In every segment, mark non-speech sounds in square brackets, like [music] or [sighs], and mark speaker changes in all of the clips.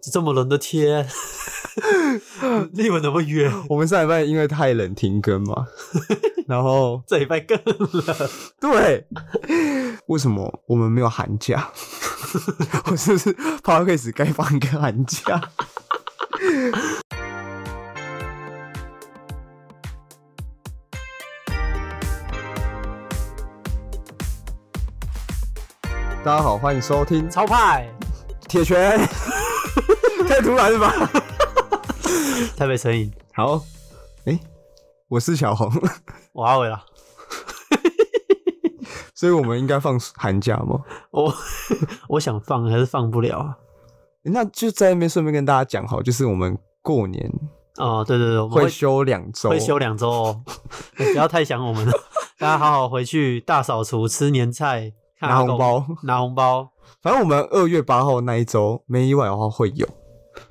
Speaker 1: 这么冷的天，离我那么远，
Speaker 2: [laughs] 我们上礼拜因为太冷停更嘛，然后
Speaker 1: 这礼拜更冷。
Speaker 2: 对，为什么我们没有寒假？ [laughs] 我是不是 p o d c a s 该放一个寒假？ [laughs] 大家好，欢迎收听
Speaker 1: 超派
Speaker 2: 铁拳， [laughs] 太突然了吧？
Speaker 1: 台北成瘾，
Speaker 2: 好，哎、我是小红，
Speaker 1: 我阿伟啦，
Speaker 2: 所以我们应该放寒假吗？
Speaker 1: 我 [laughs] 我想放还是放不了啊。
Speaker 2: 那就在那边顺便跟大家讲好，就是我们过年
Speaker 1: 哦，对对对，我们
Speaker 2: 会
Speaker 1: 会
Speaker 2: 休两周，
Speaker 1: 会休两周哦， [laughs] 不要太想我们了。大家好好回去大扫除、吃年菜、看
Speaker 2: 拿
Speaker 1: 阿
Speaker 2: 红
Speaker 1: 公、
Speaker 2: 包。
Speaker 1: 拿红包。
Speaker 2: 反正我们二月八号那一周没意外的话会有，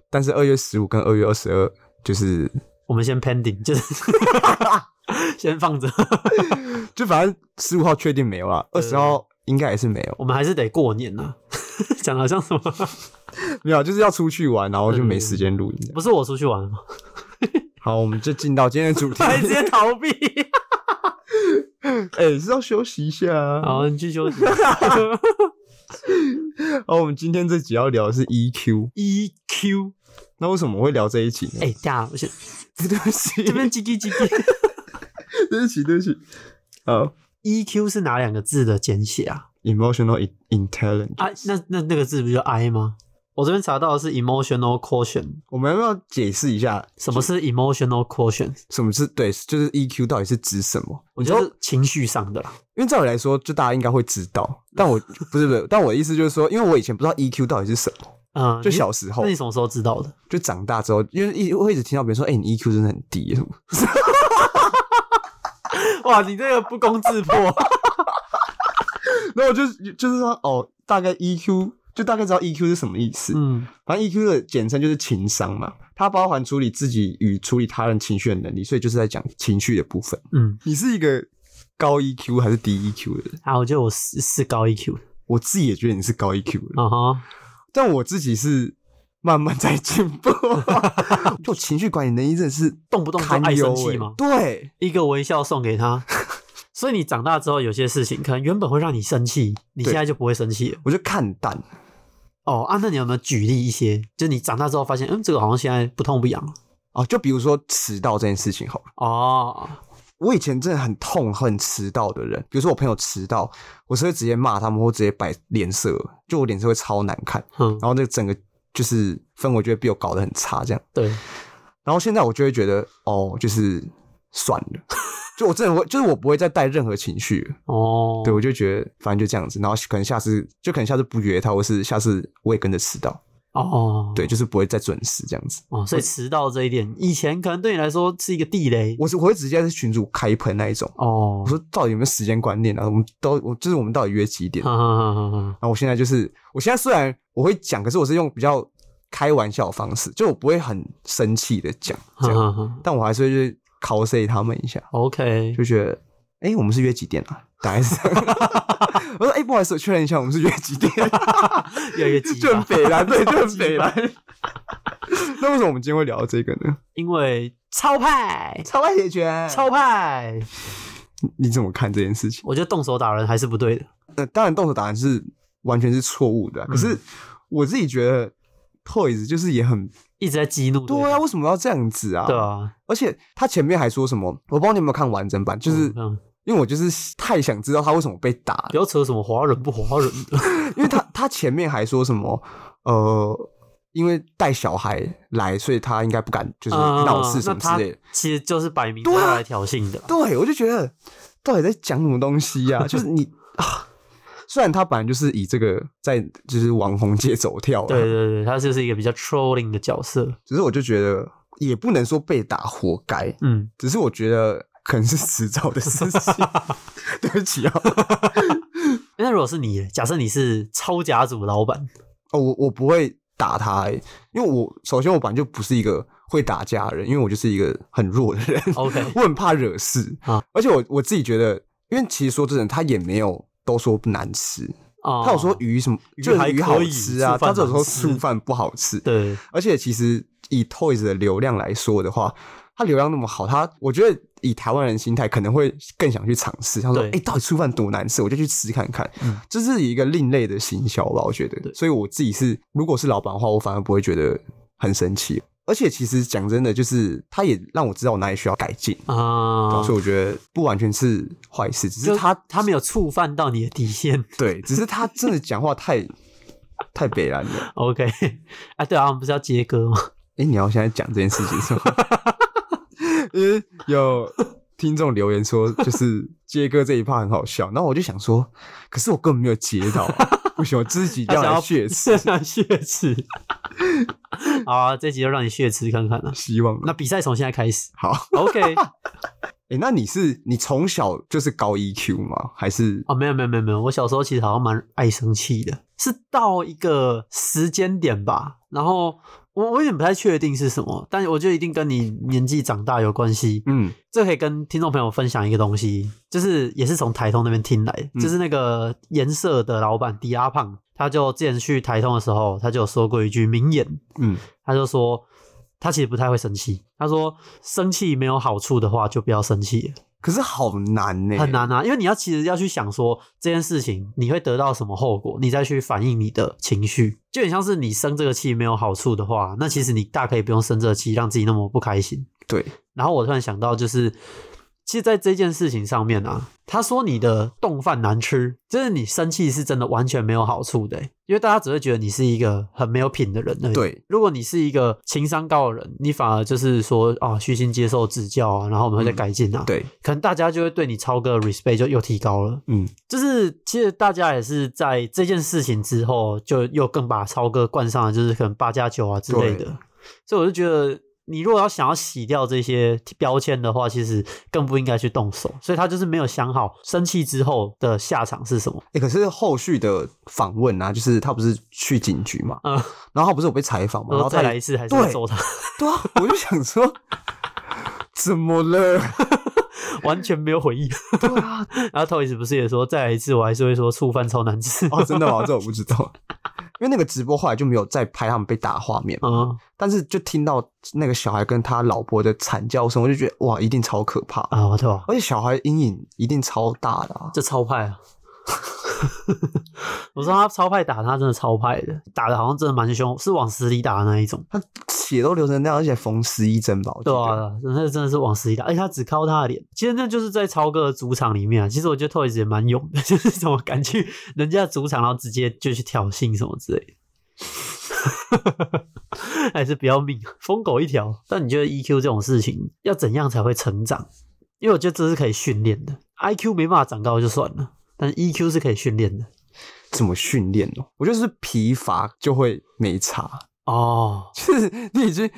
Speaker 2: 但是二月十五跟二月二十二就是
Speaker 1: 我们先 pending，就是 [laughs] 先放着。
Speaker 2: 就反正十五号确定没有啦，二十号应该也是没有，
Speaker 1: 我们还是得过年呐、 [laughs] 讲的好像什么？
Speaker 2: 没有就是要出去玩，然后就没时间录音这样。
Speaker 1: 不是我出去玩了吗？
Speaker 2: 好，我们就进到今天的主题。
Speaker 1: 还直接逃避。
Speaker 2: 哎、是要休息一下啊。
Speaker 1: [laughs] 好，你去休息。
Speaker 2: 好，我们今天这集要聊的是 EQ，
Speaker 1: EQ，
Speaker 2: 那为什么会聊这一集呢？
Speaker 1: E 哎、欸，下，我先
Speaker 2: 对不 [laughs] 起，
Speaker 1: 这边叽叽叽
Speaker 2: [laughs]
Speaker 1: 叽。
Speaker 2: 对不起，对不起。呃
Speaker 1: EQ E 是哪两个字的简写啊？
Speaker 2: ，emotional in- intelligence，、
Speaker 1: 啊，那那那个字不就 I 吗？我这边查到的是 emotional quotient。
Speaker 2: 我们要不要解释一下
Speaker 1: 什么是 emotional quotient？
Speaker 2: 什么是对？就是 EQ 到底是指什么？
Speaker 1: 我觉得是情绪上的啦。
Speaker 2: 因为照理来说，就大家应该会知道，但我不是不是，但我的意思就是说，因为我以前不知道 EQ 到底是什么，
Speaker 1: 嗯，
Speaker 2: 就
Speaker 1: 你
Speaker 2: 小时候
Speaker 1: 那你什么时候知道的？ [laughs]
Speaker 2: 就长大之后，因为一会一直听到别人说，哎、你 EQ 真的很低，什么
Speaker 1: 哇，你这个不攻自
Speaker 2: [laughs]
Speaker 1: 破。
Speaker 2: 然后我就就是说，哦，大概 EQ 就大概知道 EQ 是什么意思，
Speaker 1: 嗯
Speaker 2: 反正 EQ 的简称就是情商嘛，它包含处理自己与处理他人情绪的能力，所以就是在讲情绪的部分。
Speaker 1: 嗯，
Speaker 2: 你是一个高 EQ 还是低 EQ 的人？
Speaker 1: 啊，我觉得我是是高 EQ 的。
Speaker 2: 我自己也觉得你是高 EQ 的人，
Speaker 1: 啊哈，
Speaker 2: 但我自己是慢慢 [laughs] 在进步。就情绪管理能力真的是
Speaker 1: 动不动就
Speaker 2: 堪
Speaker 1: 爱生
Speaker 2: 忧
Speaker 1: 气
Speaker 2: 欸
Speaker 1: 吗？
Speaker 2: 对，
Speaker 1: 一个微笑送给他。 [laughs] 所以你长大之后，有些事情可能原本会让你生气，你
Speaker 2: 对
Speaker 1: 现在就不会生气了。
Speaker 2: 我就看淡。
Speaker 1: 哦啊，那你有没有举例一些？就你长大之后发现，嗯，这个好像现在不痛不痒了
Speaker 2: 哦，就比如说迟到这件事情好了，
Speaker 1: 哦。
Speaker 2: 我以前真的很痛恨迟到的人，比如说我朋友迟到，我是会直接骂他们，或直接摆脸色，就我脸色会超难看，
Speaker 1: 嗯，
Speaker 2: 然后那整个就是氛围就会被我搞得很差这样。
Speaker 1: 对，
Speaker 2: 然后现在我就会觉得，哦，就是算了， [laughs] 就我真的会，就是我不会再带任何情绪了，
Speaker 1: 哦，
Speaker 2: 对我就觉得反正就这样子，然后可能下次就可能下次不约他，或是下次我也跟着迟到，
Speaker 1: 哦，
Speaker 2: 对，就是不会再准时这样子。
Speaker 1: 哦，所以迟到这一点，以前可能对你来说是一个地雷。
Speaker 2: 我是我会直接在群主开喷那一种，
Speaker 1: 哦
Speaker 2: 我，说到底有没有时间观念啊？我们都我就是我们到底约几点？
Speaker 1: 哈哈哈哈哈，
Speaker 2: 然后我现在就是，我现在虽然我会讲，可是我是用比较开玩笑的方式，就我不会很生气的讲，这
Speaker 1: 哈
Speaker 2: 样，
Speaker 1: 哈哈
Speaker 2: 但我还是会去 cos 他们一下，
Speaker 1: ，OK，
Speaker 2: 就觉得，哎、我们是约几点啊？大概是这样， [laughs] 我说，哎、不好意思，我确认一下，我们是约几点？
Speaker 1: 越来越急
Speaker 2: 就很
Speaker 1: 吧
Speaker 2: 北蓝，对，就很北
Speaker 1: 超
Speaker 2: 蓝。 [laughs] 那为什么我们今天会聊到这个呢？
Speaker 1: 因为超派，
Speaker 2: 超爱解决，
Speaker 1: 超派，
Speaker 2: 你怎么看这件事情？
Speaker 1: 我觉得动手打人还是不对的。
Speaker 2: 呃，当然动手打人是完全是错误的啊、可是我自己觉得 Toys 就是也很
Speaker 1: 一直在激怒
Speaker 2: 对啊，
Speaker 1: 方
Speaker 2: 为什么要这样子啊？
Speaker 1: 对，啊，
Speaker 2: 而且他前面还说什么，我不知道你有没有看完整版，就是、
Speaker 1: 嗯嗯
Speaker 2: 因为我就是太想知道他为什么被打了
Speaker 1: 不，要扯什么华人不华人的
Speaker 2: 因为他他前面还说什么，呃。因为带小孩来，所以他应该不敢就是闹事什么之类的。
Speaker 1: 啊那他其实就是摆明
Speaker 2: 对啊
Speaker 1: 要来挑衅的。
Speaker 2: 对，我就觉得到底在讲什么东西
Speaker 1: [laughs]
Speaker 2: 呀、就是你啊，虽然他本来就是以这个在就是网红界走跳了，
Speaker 1: 对对对，他就是一个比较 trolling 的角色。
Speaker 2: 只是我就觉得也不能说被打活该，
Speaker 1: 嗯，
Speaker 2: 只是我觉得可能是迟早的事
Speaker 1: [laughs]
Speaker 2: 情。对不起啊，
Speaker 1: 那如果是你，假设你是超甲组老板，
Speaker 2: 哦，我我不会打他、欸，因为我首先我本来就不是一个会打架的人，因为我就是一个很弱的人
Speaker 1: OK
Speaker 2: [laughs] 我很怕惹事
Speaker 1: 啊
Speaker 2: 而且我我自己觉得，因为其实说真的，他也没有都说不难吃，
Speaker 1: 哦，
Speaker 2: 他有说鱼什么鱼
Speaker 1: 就还可以
Speaker 2: 鱼好吃啊，
Speaker 1: 醋饭
Speaker 2: 他只有说
Speaker 1: 难吃
Speaker 2: 醋饭不好吃。
Speaker 1: 对，
Speaker 2: 而且其实以 Toys 的流量来说的话，它流量那么好，它我觉得以台湾人心态可能会更想去尝试。他说：“
Speaker 1: 对
Speaker 2: 哎、到底醋饭多难吃，我就去吃看看。
Speaker 1: 嗯
Speaker 2: 这是一个另类的行销吧，我觉得
Speaker 1: 对。
Speaker 2: 所以我自己是，如果是老板的话，我反而不会觉得很生气。而且其实讲真的，就是他也让我知道我哪里需要改进。
Speaker 1: 啊，
Speaker 2: 所以我觉得不完全是坏事，只是
Speaker 1: 就
Speaker 2: 他
Speaker 1: 他没有触犯到你的底线。
Speaker 2: 对，只是他真的讲话太 [laughs] 太北蓝了。
Speaker 1: OK，啊， [laughs] 对啊，我们不是要接歌吗？
Speaker 2: 哎、你要现在讲这件事情是吗？ [laughs] 因为有听众留言说，就是接歌这一趴很好笑，然后我就想说，可是我根本没有接到、啊，不行，我自己一定
Speaker 1: 他
Speaker 2: 要
Speaker 1: 想
Speaker 2: 来
Speaker 1: 要 [laughs]
Speaker 2: 血池，
Speaker 1: 是想血池。 [laughs] 好啊，这集就让你血池看看了。
Speaker 2: 希望
Speaker 1: 那比赛从现在开始。 [laughs]
Speaker 2: 好。
Speaker 1: OK，
Speaker 2: 哎、那你是你从小就是高 EQ 吗？还是
Speaker 1: 哦，没有没有没有没有，我小时候其实好像蛮爱生气的，是到一个时间点吧，然后我我有点不太确定是什么，但我觉得一定跟你年纪长大有关系。
Speaker 2: 嗯
Speaker 1: 这可以跟听众朋友分享一个东西，就是也是从台通那边听来的，
Speaker 2: 嗯
Speaker 1: 就是那个颜色的老板迪阿胖，他就之前去台通的时候，他就有说过一句名言，
Speaker 2: 嗯
Speaker 1: 他就说他其实不太会生气，他说生气没有好处的话就不要生气了。
Speaker 2: 可是好难呢、
Speaker 1: 很。难啊，因为你要其实要去想说这件事情你会得到什么后果，你再去反映你的情绪，就很像是你生这个气没有好处的话，那其实你大可以不用生这个气，让自己那么不开心。
Speaker 2: 对，
Speaker 1: 然后我突然想到，就是其实在这件事情上面啊，他说你的冻饭难吃，就是你生气是真的完全没有好处的欸、因为大家只会觉得你是一个很没有品的人而已。
Speaker 2: 对，
Speaker 1: 如果你是一个情商高的人，你反而就是说啊，虚心接受指教啊，然后我们会再
Speaker 2: 嗯
Speaker 1: 改进啊。
Speaker 2: 对，
Speaker 1: 可能大家就会对你超哥的 respect 就又提高了。
Speaker 2: 嗯，
Speaker 1: 就是其实大家也是在这件事情之后，就又更把超哥冠上了就是可能八加九啊之类
Speaker 2: 对
Speaker 1: 的。所以我就觉得，你如果要想要洗掉这些标签的话，其实更不应该去动手。所以他就是没有想好生气之后的下场是什么。
Speaker 2: 哎、可是后续的访问啊，就是他不是去警局嘛，
Speaker 1: 嗯，
Speaker 2: 然后他不是有被采访嘛，
Speaker 1: 然
Speaker 2: 然
Speaker 1: 后
Speaker 2: 后
Speaker 1: 再
Speaker 2: 他
Speaker 1: 来一次还是会
Speaker 2: 哦对
Speaker 1: 揍他，
Speaker 2: 对啊，我就想说， [laughs] 怎么了？
Speaker 1: [laughs] 完全没有回忆。
Speaker 2: 对啊，
Speaker 1: [laughs] 然后 Toys 不是也说再来一次，我还是会说触犯超难吃。
Speaker 2: 哦，真的吗？这我不知道，因为那个直播后来就没有再拍他们被打的画面
Speaker 1: [laughs]
Speaker 2: 嘛，
Speaker 1: 嗯
Speaker 2: 但是就听到那个小孩跟他老婆的惨叫声，我就觉得哇，一定超可怕，
Speaker 1: 啊，对吧？
Speaker 2: 而且小孩阴影一定超大的、啊。
Speaker 1: 这超派啊！ [laughs] 我说他超派打他真的超派的，打的好像真的蛮凶，是往死里打的那一种。
Speaker 2: 他血都流成那样，而且缝十一针吧，我记
Speaker 1: 对
Speaker 2: 得。
Speaker 1: 啊，那真的是往死里打，而且他只靠他的脸。其实那就是在超哥的主场里面啊，其实我觉得 Toys 也蛮勇的， [laughs] 就是怎么敢去人家的主场，然后直接就去挑衅什么之类的。 [laughs] 还是不要命，啊疯狗一条。但你觉得 EQ 这种事情要怎样才会成长？因为我觉得这是可以训练的，IQ 没办法长高就算了，但是 EQ 是可以训练的。
Speaker 2: 怎么训练哦？我就是疲乏就会没差， [laughs]
Speaker 1: 哦，
Speaker 2: 就是你已经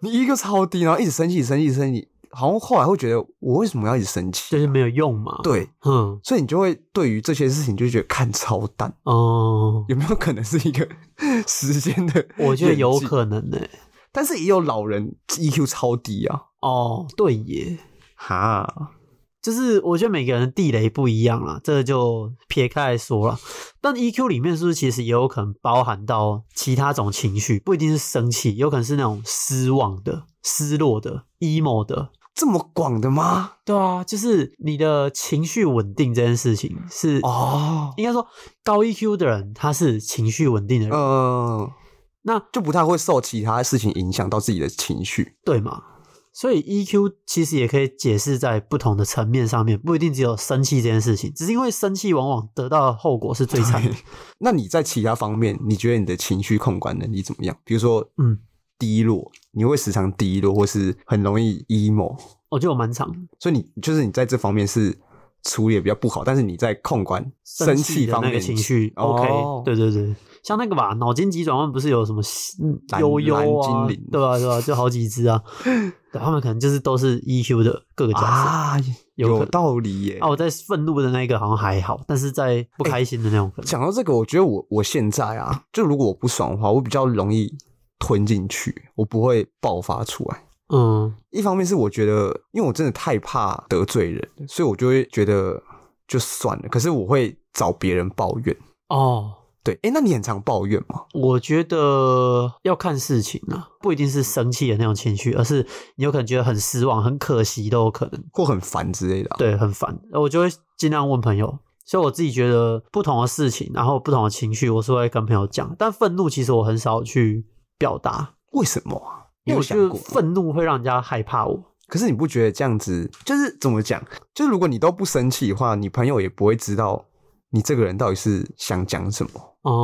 Speaker 2: 你一个超低，然后一直生气，生气，生气，好像后来会觉得我为什么要一直生气？
Speaker 1: 就是没有用嘛。，
Speaker 2: 对，
Speaker 1: 嗯，
Speaker 2: 所以你就会对于这些事情就觉得看超淡，
Speaker 1: 哦，
Speaker 2: 有没有可能是一个 [laughs] 时间的？
Speaker 1: 我觉得有，可能呢、
Speaker 2: 但是也有老人 EQ 超低啊，
Speaker 1: 哦，对耶，
Speaker 2: 哈，
Speaker 1: 就是我觉得每个人的地雷不一样啦，这个就撇开来说了。但 EQ 里面是不是其实也有可能包含到其他种情绪，不一定是生气，有可能是那种失望的、失落的、emo 的。
Speaker 2: 这么广的吗？
Speaker 1: 对啊，就是你的情绪稳定这件事情是，
Speaker 2: 哦，
Speaker 1: 应该说高 EQ 的人他是情绪稳定的人，
Speaker 2: 呃，
Speaker 1: 那
Speaker 2: 就不太会受其他事情影响到自己的情绪。
Speaker 1: 对嘛？所以 EQ 其实也可以解释在不同的层面上面，不一定只有生气这件事情，只是因为生气往往得到的后果是最惨的。
Speaker 2: 那你在其他方面，你觉得你的情绪控管能力怎么样？比如说，
Speaker 1: 嗯，
Speaker 2: 低落，你会时常低落，或是很容易 emo，
Speaker 1: [laughs] 我觉得我蛮长的
Speaker 2: 所以你就是你在这方面是处理的比较不好，但是你在控管生气
Speaker 1: 的
Speaker 2: 方
Speaker 1: 那
Speaker 2: 面
Speaker 1: 个情绪、
Speaker 2: 哦
Speaker 1: OK，对对对，像那个吧，脑筋急转弯不是有什么嗯
Speaker 2: 蓝
Speaker 1: 悠悠啊
Speaker 2: 蓝精灵，
Speaker 1: 对吧、对吧、就好几只
Speaker 2: [laughs]
Speaker 1: 啊，对他们可能就是都是 EQ 的各个角色。啊
Speaker 2: 啊，
Speaker 1: 有可哦
Speaker 2: 有
Speaker 1: 能
Speaker 2: 道理耶。
Speaker 1: 我在愤怒的那个好像还好，但是在不开心的那种可能，
Speaker 2: 讲到这个，我觉得我我现在啊，就如果我不爽的话，我比较容易吞进去，我不会爆发出来。
Speaker 1: 嗯，
Speaker 2: 一方面是我觉得，因为我真的太怕得罪人，所以我就会觉得就算了。可是我会找别人抱怨，
Speaker 1: 哦。
Speaker 2: 对，哎、那你很常抱怨吗？
Speaker 1: 我觉得要看事情啊，不一定是生气的那种情绪，而是你有可能觉得很失望、很可惜都有可能，
Speaker 2: 或很烦之类的、，啊
Speaker 1: 对，很烦。我就会尽量问朋友，所以我自己觉得不同的事情，然后不同的情绪，我是会跟朋友讲。但愤怒其实我很少去表达，
Speaker 2: 为什么啊？你
Speaker 1: 因为
Speaker 2: 有
Speaker 1: 我觉得
Speaker 2: 想过吗？
Speaker 1: 愤怒会让人家害怕我。
Speaker 2: 可是你不觉得这样子就是怎么讲？就是如果你都不生气的话，你朋友也不会知道你这个人到底是想讲什么。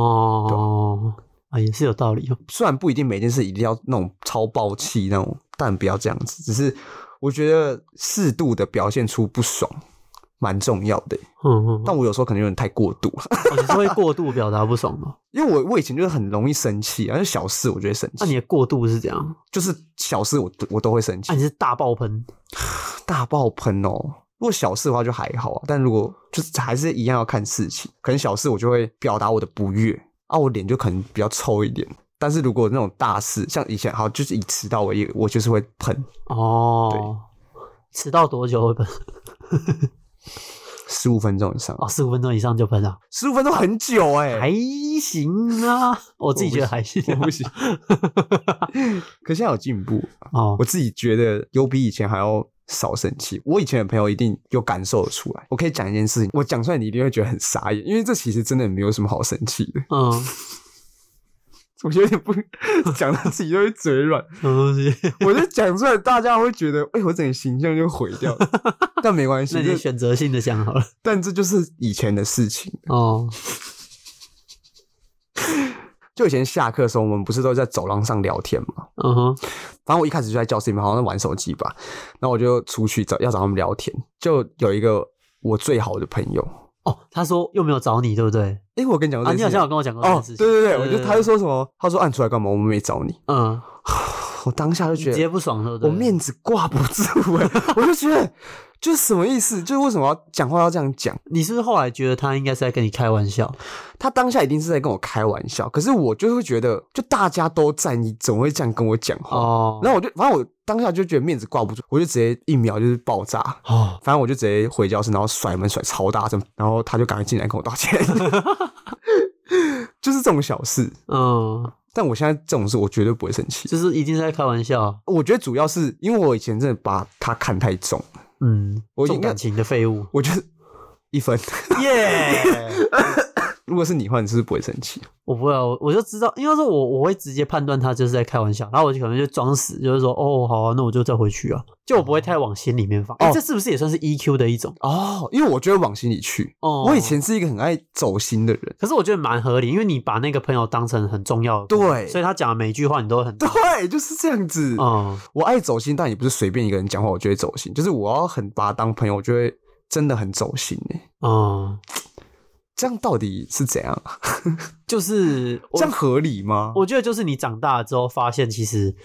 Speaker 1: 哦，啊，也是有道理哦。
Speaker 2: 虽然不一定每件事一定要那种超爆气那种，但不要这样子。只是我觉得适度的表现出不爽蛮重要的。
Speaker 1: 嗯嗯，
Speaker 2: 但我有时候可能有点太过度了， [laughs]
Speaker 1: 哦你是会过度表达不爽吗？
Speaker 2: 因为我我以前就是很容易生气，而且小事我就会生
Speaker 1: 那、
Speaker 2: 气，
Speaker 1: 你的过度是怎样？啊
Speaker 2: 就是小事我都我都会生气
Speaker 1: 那、，你是大爆喷？
Speaker 2: 大爆喷哦。如果小事的话就还好啊，但如果就是还是一样要看事情，可能小事我就会表达我的不悦啊，我脸就可能比较臭一点。但是如果那种大事，像以前好就是以迟到为例，我就是会喷
Speaker 1: 哦，迟到多久会喷？
Speaker 2: 十五分钟以上，
Speaker 1: 哦，四五分钟以上就喷了，
Speaker 2: 十五分钟很久哎、
Speaker 1: 还行
Speaker 2: [laughs]
Speaker 1: 啊，我自己觉得还行、
Speaker 2: 我
Speaker 1: 啊
Speaker 2: 不。行。可现在有进步，啊
Speaker 1: 哦 [laughs]
Speaker 2: 我，自己觉得有比以前还要少生气。我以前的朋友一定有感受得出来。我可以讲一件事情，我讲出来你一定会觉得很傻眼，因为这其实真的没有什么好生气的。
Speaker 1: 嗯，
Speaker 2: 我有 [laughs] 点不讲到自己就会嘴软，
Speaker 1: 什么东
Speaker 2: [laughs]
Speaker 1: 西？
Speaker 2: 我就讲出来，大家会觉得，哎、我整个形象就毁掉了。但没 [laughs] 关
Speaker 1: 那
Speaker 2: 系，
Speaker 1: 你
Speaker 2: 这
Speaker 1: 选择性的讲好
Speaker 2: [laughs]
Speaker 1: 了。
Speaker 2: 但这就是以前的事情。
Speaker 1: 哦，
Speaker 2: 就以前下课的时候，我们不是都在走廊上聊天嘛？
Speaker 1: 嗯哼，
Speaker 2: 反正我一开始就在教室里面，好像在玩手机吧。然后我就出去找要找他们聊天，就有一个我最好的朋友。
Speaker 1: 哦，他说又没有找你，对不对？
Speaker 2: 哎、我跟你讲过
Speaker 1: 啊，
Speaker 2: 这
Speaker 1: 你
Speaker 2: 件
Speaker 1: 好
Speaker 2: 事情
Speaker 1: 像有跟我讲过这
Speaker 2: 哦
Speaker 1: 件，事
Speaker 2: 对
Speaker 1: 情。
Speaker 2: 对对，我就他就，说什么，他说按啊出来干嘛？我们没找你。 [sighs]
Speaker 1: 嗯，
Speaker 2: 我当下就
Speaker 1: 你
Speaker 2: 觉
Speaker 1: 直接
Speaker 2: 得
Speaker 1: 不爽，对不对？
Speaker 2: 我面子挂不住
Speaker 1: [laughs]
Speaker 2: 哎、我就觉得就是什么意思？就是为什么要讲话要这样讲？
Speaker 1: 你是不是后来觉得他应该是在跟你开玩笑？
Speaker 2: 他当下一定是在跟我开玩笑，可是我就会觉得，就大家都在，你怎么会这样跟我讲话？
Speaker 1: 哦，
Speaker 2: 然后我就反正我当下就觉得面子挂不住，我就直接一秒就是爆炸。
Speaker 1: 哦，
Speaker 2: 反正我就直接回教室，然后甩门甩超大声，然后他就赶快进来跟我道歉， [laughs] 就是这种小事。
Speaker 1: 嗯，
Speaker 2: 但我现在这种事，我绝对不会生气。
Speaker 1: 就是一定是在开玩笑。
Speaker 2: 我觉得主要是因为我以前真的把他看太重，
Speaker 1: 嗯，
Speaker 2: 我
Speaker 1: 重
Speaker 2: 应该
Speaker 1: 感情的废
Speaker 2: [laughs]
Speaker 1: 物。
Speaker 2: 我就是一分。 [laughs]
Speaker 1: 耶！
Speaker 2: 如果是你的话，你是不是不会生气？
Speaker 1: 我不会啊，我我就知道，应该说我我会直接判断他就是在开玩笑，然后我就可能就装死，就是说哦好啊，那我就再回去啊，就我不会太往心里面放。哎、
Speaker 2: 哦
Speaker 1: 这是不是也算是 EQ 的一种？
Speaker 2: 哦，因为我就会往心里去。
Speaker 1: 哦，
Speaker 2: 我以前是一个很爱走心的人。
Speaker 1: 可是我觉得蛮合理，因为你把那个朋友当成很重要的朋友，
Speaker 2: 对
Speaker 1: 所以他讲的每一句话你都很
Speaker 2: 对，就是这样子。
Speaker 1: 嗯
Speaker 2: 我爱走心，但也不是随便一个人讲话我就会走心，就是我要很把他当朋友，我就会真的很走心呢。
Speaker 1: 嗯，
Speaker 2: 这样到底是怎样？
Speaker 1: 就是我
Speaker 2: 这样合理吗？
Speaker 1: 我觉得就是你长大了之后发现，其实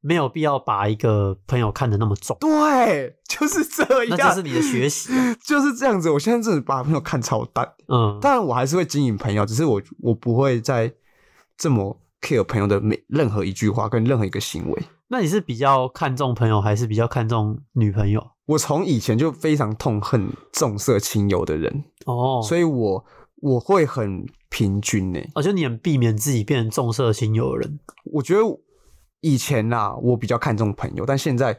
Speaker 1: 没有必要把一个朋友看得那么重，
Speaker 2: 对，就是这
Speaker 1: 那
Speaker 2: 样，
Speaker 1: 这是你的学习啊。
Speaker 2: [laughs] 就是这样子。我现在真的把朋友看超淡，
Speaker 1: 嗯，
Speaker 2: 当然我还是会经营朋友，只是我我不会再这么 care 朋友的每任何一句话跟任何一个行为。
Speaker 1: 那你是比较看重朋友，还是比较看重女朋友？
Speaker 2: 我从以前就非常痛恨重色轻友的人，
Speaker 1: 哦，
Speaker 2: 所以我我会很平均呢。
Speaker 1: 哦，就你很避免自己变成重色轻友的
Speaker 2: [laughs]
Speaker 1: 人。
Speaker 2: 我觉得以前啦，我比较看重朋友，但现在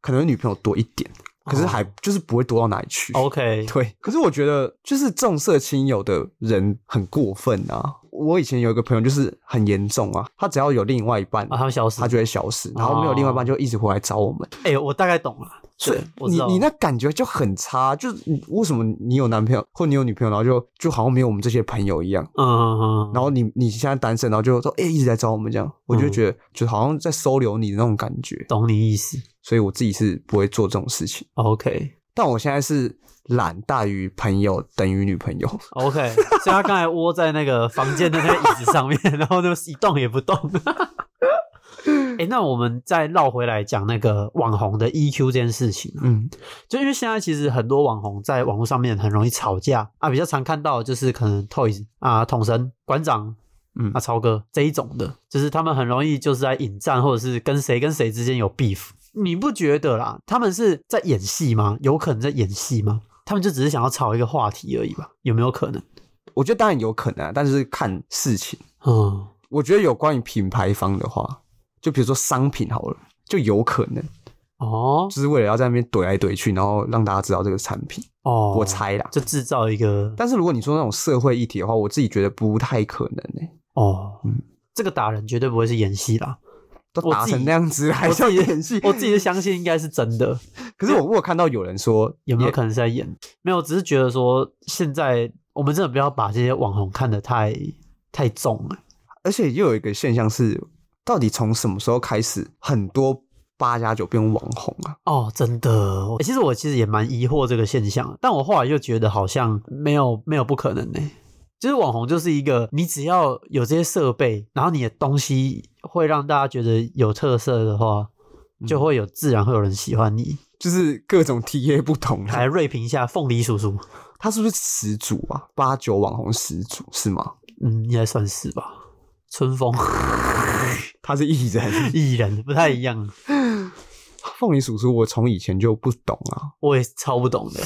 Speaker 2: 可能女朋友多一点，可
Speaker 1: 哦
Speaker 2: 是还就是不会多到哪里去。
Speaker 1: OK，
Speaker 2: 对，可是我觉得就是重色轻友的人很过分啊！我以前有一个朋友就是很严重啊，他只要有另外一半，
Speaker 1: 啊，他们消失。
Speaker 2: 他就会消失，然后没有另外一半就一直回来找我们。
Speaker 1: 哎、我大概懂了。
Speaker 2: 所以
Speaker 1: 对我知
Speaker 2: 你
Speaker 1: 道
Speaker 2: 你那感觉就很差，就是你为什么你有男朋友或你有女朋友，然后就就好像没有我们这些朋友一样。
Speaker 1: 嗯嗯嗯，
Speaker 2: 然后你你现在单身，然后就说哎、一直在找我们这样，我就觉得就好像在收留你的那种感觉，
Speaker 1: 懂你意思。
Speaker 2: 所以我自己是不会做这种事情。 [laughs]
Speaker 1: OK
Speaker 2: 但我现在是懒大于朋友等于女朋友，
Speaker 1: OK，所以他刚才窝在那个房间的那个椅子上面， [laughs] 然后就一动也不动。 [laughs] 哎、那我们再绕回来讲那个网红的 EQ 这件事情啊、
Speaker 2: 嗯，
Speaker 1: 就因为现在其实很多网红在网络上面很容易吵架啊，比较常看到的就是可能 Toys 啊、统神、馆长
Speaker 2: 嗯
Speaker 1: 啊、超哥这一种的，就是他们很容易就是在引战，或者是跟谁跟谁之间有 beef。你不觉得啦？他们是在演戏吗？有可能在演戏吗？他们就只是想要炒一个话题而已吧？有没有可能？
Speaker 2: 我觉得当然有可能、啊，但是看事情。
Speaker 1: 嗯，
Speaker 2: 我觉得有关于品牌方的话，就比如说商品好了，就有可能
Speaker 1: 哦
Speaker 2: 就是为了要在那边怼来怼去，然后让大家知道这个产品。
Speaker 1: 哦，
Speaker 2: 我猜啦。
Speaker 1: 就制造一个
Speaker 2: 但是如果你说那种社会议题的话，我自己觉得不太可能诶、
Speaker 1: 哦
Speaker 2: 嗯，
Speaker 1: 这个打人绝对不会是演戏啦，
Speaker 2: 都
Speaker 1: 我
Speaker 2: 打
Speaker 1: 自己
Speaker 2: 成那样子了还
Speaker 1: 我
Speaker 2: 是要
Speaker 1: 自己
Speaker 2: 演戏。
Speaker 1: 我自己是相信应该是真的，
Speaker 2: 可是我我有看到有人说
Speaker 1: 有没有
Speaker 2: 也
Speaker 1: 可能是在演？没有，只是觉得说现在我们真的不要把这些网红看得太太重了。
Speaker 2: 而且又有一个现象是，到底从什么时候开始，很多八加九变网红啊？
Speaker 1: 哦，真的、我其实我其实也蛮疑惑这个现象，但我后来又觉得好像没有没有不可能呢、欸就是网红就是一个，你只要有这些设备，然后你的东西会让大家觉得有特色的话，就会有自然会有人喜欢你。
Speaker 2: 就是各种 TA 不同、
Speaker 1: 来
Speaker 2: 啊，
Speaker 1: 锐评一下凤梨叔叔，
Speaker 2: 他是不是始祖啊？八九网红始祖是吗？
Speaker 1: 嗯，应该算是吧。春风 [laughs]
Speaker 2: 他是艺人，
Speaker 1: 艺人不太一样，
Speaker 2: [laughs] 凤梨叔叔，我从以前就不懂啊。
Speaker 1: 我也超不
Speaker 2: [laughs]
Speaker 1: 懂的，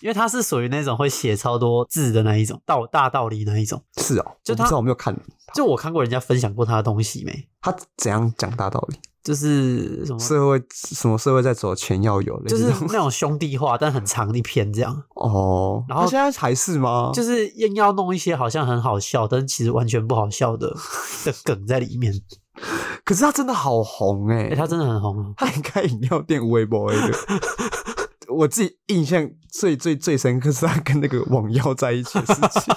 Speaker 1: 因为他是属于那种会写超多字的那一种，道大道理那一种。
Speaker 2: 是哦，
Speaker 1: 就
Speaker 2: 就
Speaker 1: 他
Speaker 2: 不知道我没有看
Speaker 1: 就我看过人家分享过他的东西没，
Speaker 2: 他怎样讲大道理，
Speaker 1: 就是什么，
Speaker 2: 社会什么社会在走，钱要有，类
Speaker 1: 就
Speaker 2: 似
Speaker 1: 是
Speaker 2: 这种
Speaker 1: 那种兄弟话，但很长一篇这样，
Speaker 2: [laughs] 哦。
Speaker 1: 然后
Speaker 2: 他现在还是吗？
Speaker 1: 就是硬要弄一些好像很好笑，但其实完全不好笑
Speaker 2: [laughs]
Speaker 1: 的的梗在里面。
Speaker 2: 可是他真的好红哎、
Speaker 1: 哎、他真的很红哦，
Speaker 2: [laughs] 他很开饮料店无微博 [laughs] 的。我自己印象最最最深刻是他跟那个网妖在一起的事 [laughs] 情，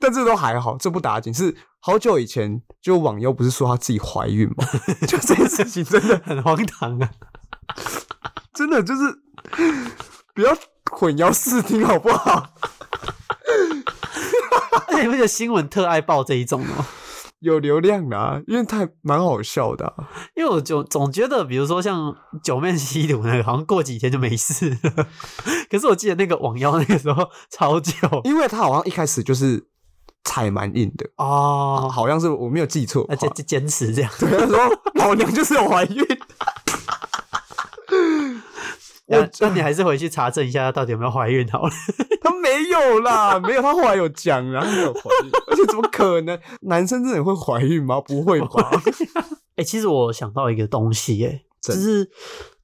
Speaker 2: 但这都还好，这不打紧。是好久以前，就网妖不是说她自己怀孕 [laughs] 吗？就这件事情真的
Speaker 1: 很荒唐啊！
Speaker 2: 真的就是 [laughs] 不要混淆视听好不好？ [laughs]
Speaker 1: 而且你不觉得新闻特爱报这一种哦吗？
Speaker 2: 有流量啦、啊，因为太蛮好笑的啊、
Speaker 1: 因为我就总觉得，比如说像九面吸毒那个，好像过几天就没事了。 [laughs] 可是我记得那个网妖那个时候超久
Speaker 2: 因为他好像一开始就是踩蛮硬的，
Speaker 1: 哦，
Speaker 2: 好像是我没有记错的话，
Speaker 1: 那坚坚坚持这样，
Speaker 2: [laughs] 对，他说老娘就是有怀孕。 [laughs] 我
Speaker 1: 那那你还是回去查证一下她到底有没有怀孕好了。 [laughs]
Speaker 2: 他没有啦，没有，他后来有讲啦，他没有怀孕， [laughs] 而且怎么可能？男生真的会怀孕吗？不会吧？
Speaker 1: 哎、其实我想到一个东西、欸，就
Speaker 2: 真
Speaker 1: 是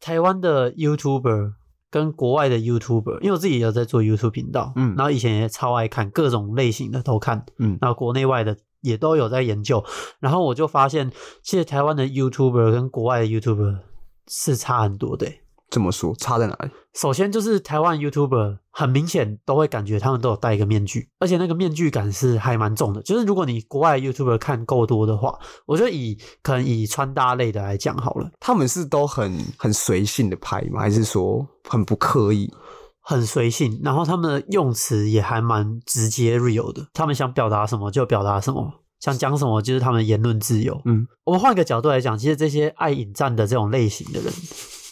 Speaker 1: 台湾的 YouTuber 跟国外的 YouTuber，因为我自己也有在做 YouTube 频道，
Speaker 2: 嗯
Speaker 1: 然后以前也超爱看各种类型的都看，
Speaker 2: [laughs] 嗯
Speaker 1: 然后国内外的也都有在研究，然后我就发现，其实台湾的 YouTuber 跟国外的 YouTuber 是差很多的、欸
Speaker 2: 这么说差在哪里？
Speaker 1: 首先就是台湾 YouTuber 很明显都会感觉他们都有戴一个面具，而且那个面具感是还蛮重的。就是如果你国外 YouTuber 看够多的话，我觉得以可能以穿搭类的来讲好了，
Speaker 2: 他们是都很很随性的拍吗？还是说很不刻意？
Speaker 1: 很随性，然后他们的用词也还蛮直接 real 的，他们想表达什么就表达什么。想讲什么就是他们言论自由。
Speaker 2: 嗯，
Speaker 1: 我们换个角度来讲，其实这些爱引战的这种类型的人，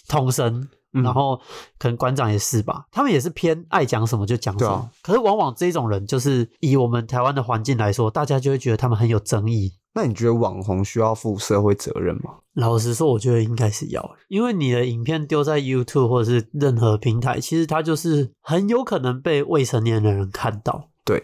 Speaker 1: 通身
Speaker 2: 嗯
Speaker 1: 然后可能馆长也是吧，他们也是偏爱讲什么就讲什么。
Speaker 2: 对啊
Speaker 1: 可是往往这种人，就是以我们台湾的环境来说，大家就会觉得他们很有争议。
Speaker 2: 那你觉得网红需要负社会责任吗？
Speaker 1: 老实说，我觉得应该是要，因为你的影片丢在 YouTube 或者是任何平台，其实它就是很有可能被未成年的人看到，
Speaker 2: 对，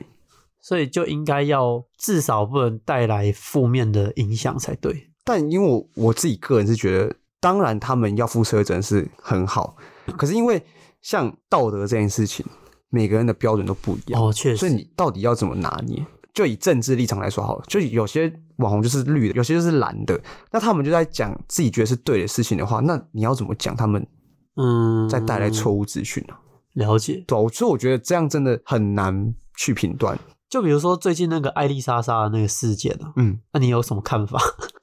Speaker 1: 所以就应该要至少不能带来负面的影响才对。
Speaker 2: 但因为我我自己个人是觉得，当然他们要负社会责任是很好，可是因为像道德这件事情，每个人的标准都不一样。
Speaker 1: 哦，确
Speaker 2: 所以
Speaker 1: 实，
Speaker 2: 你到底要怎么拿捏？就以政治立场来说好了，就有些网红就是绿的，有些就是蓝的，那他们就在讲自己觉得是对的事情的话，那你要怎么讲他们
Speaker 1: 嗯，
Speaker 2: 再带来错误资讯呢？
Speaker 1: 了解。
Speaker 2: 对啊、所以我觉得这样真的很难去评断。
Speaker 1: 就比如说最近那个艾丽莎莎的那个事件啊，
Speaker 2: 嗯，
Speaker 1: 那你有什么看法？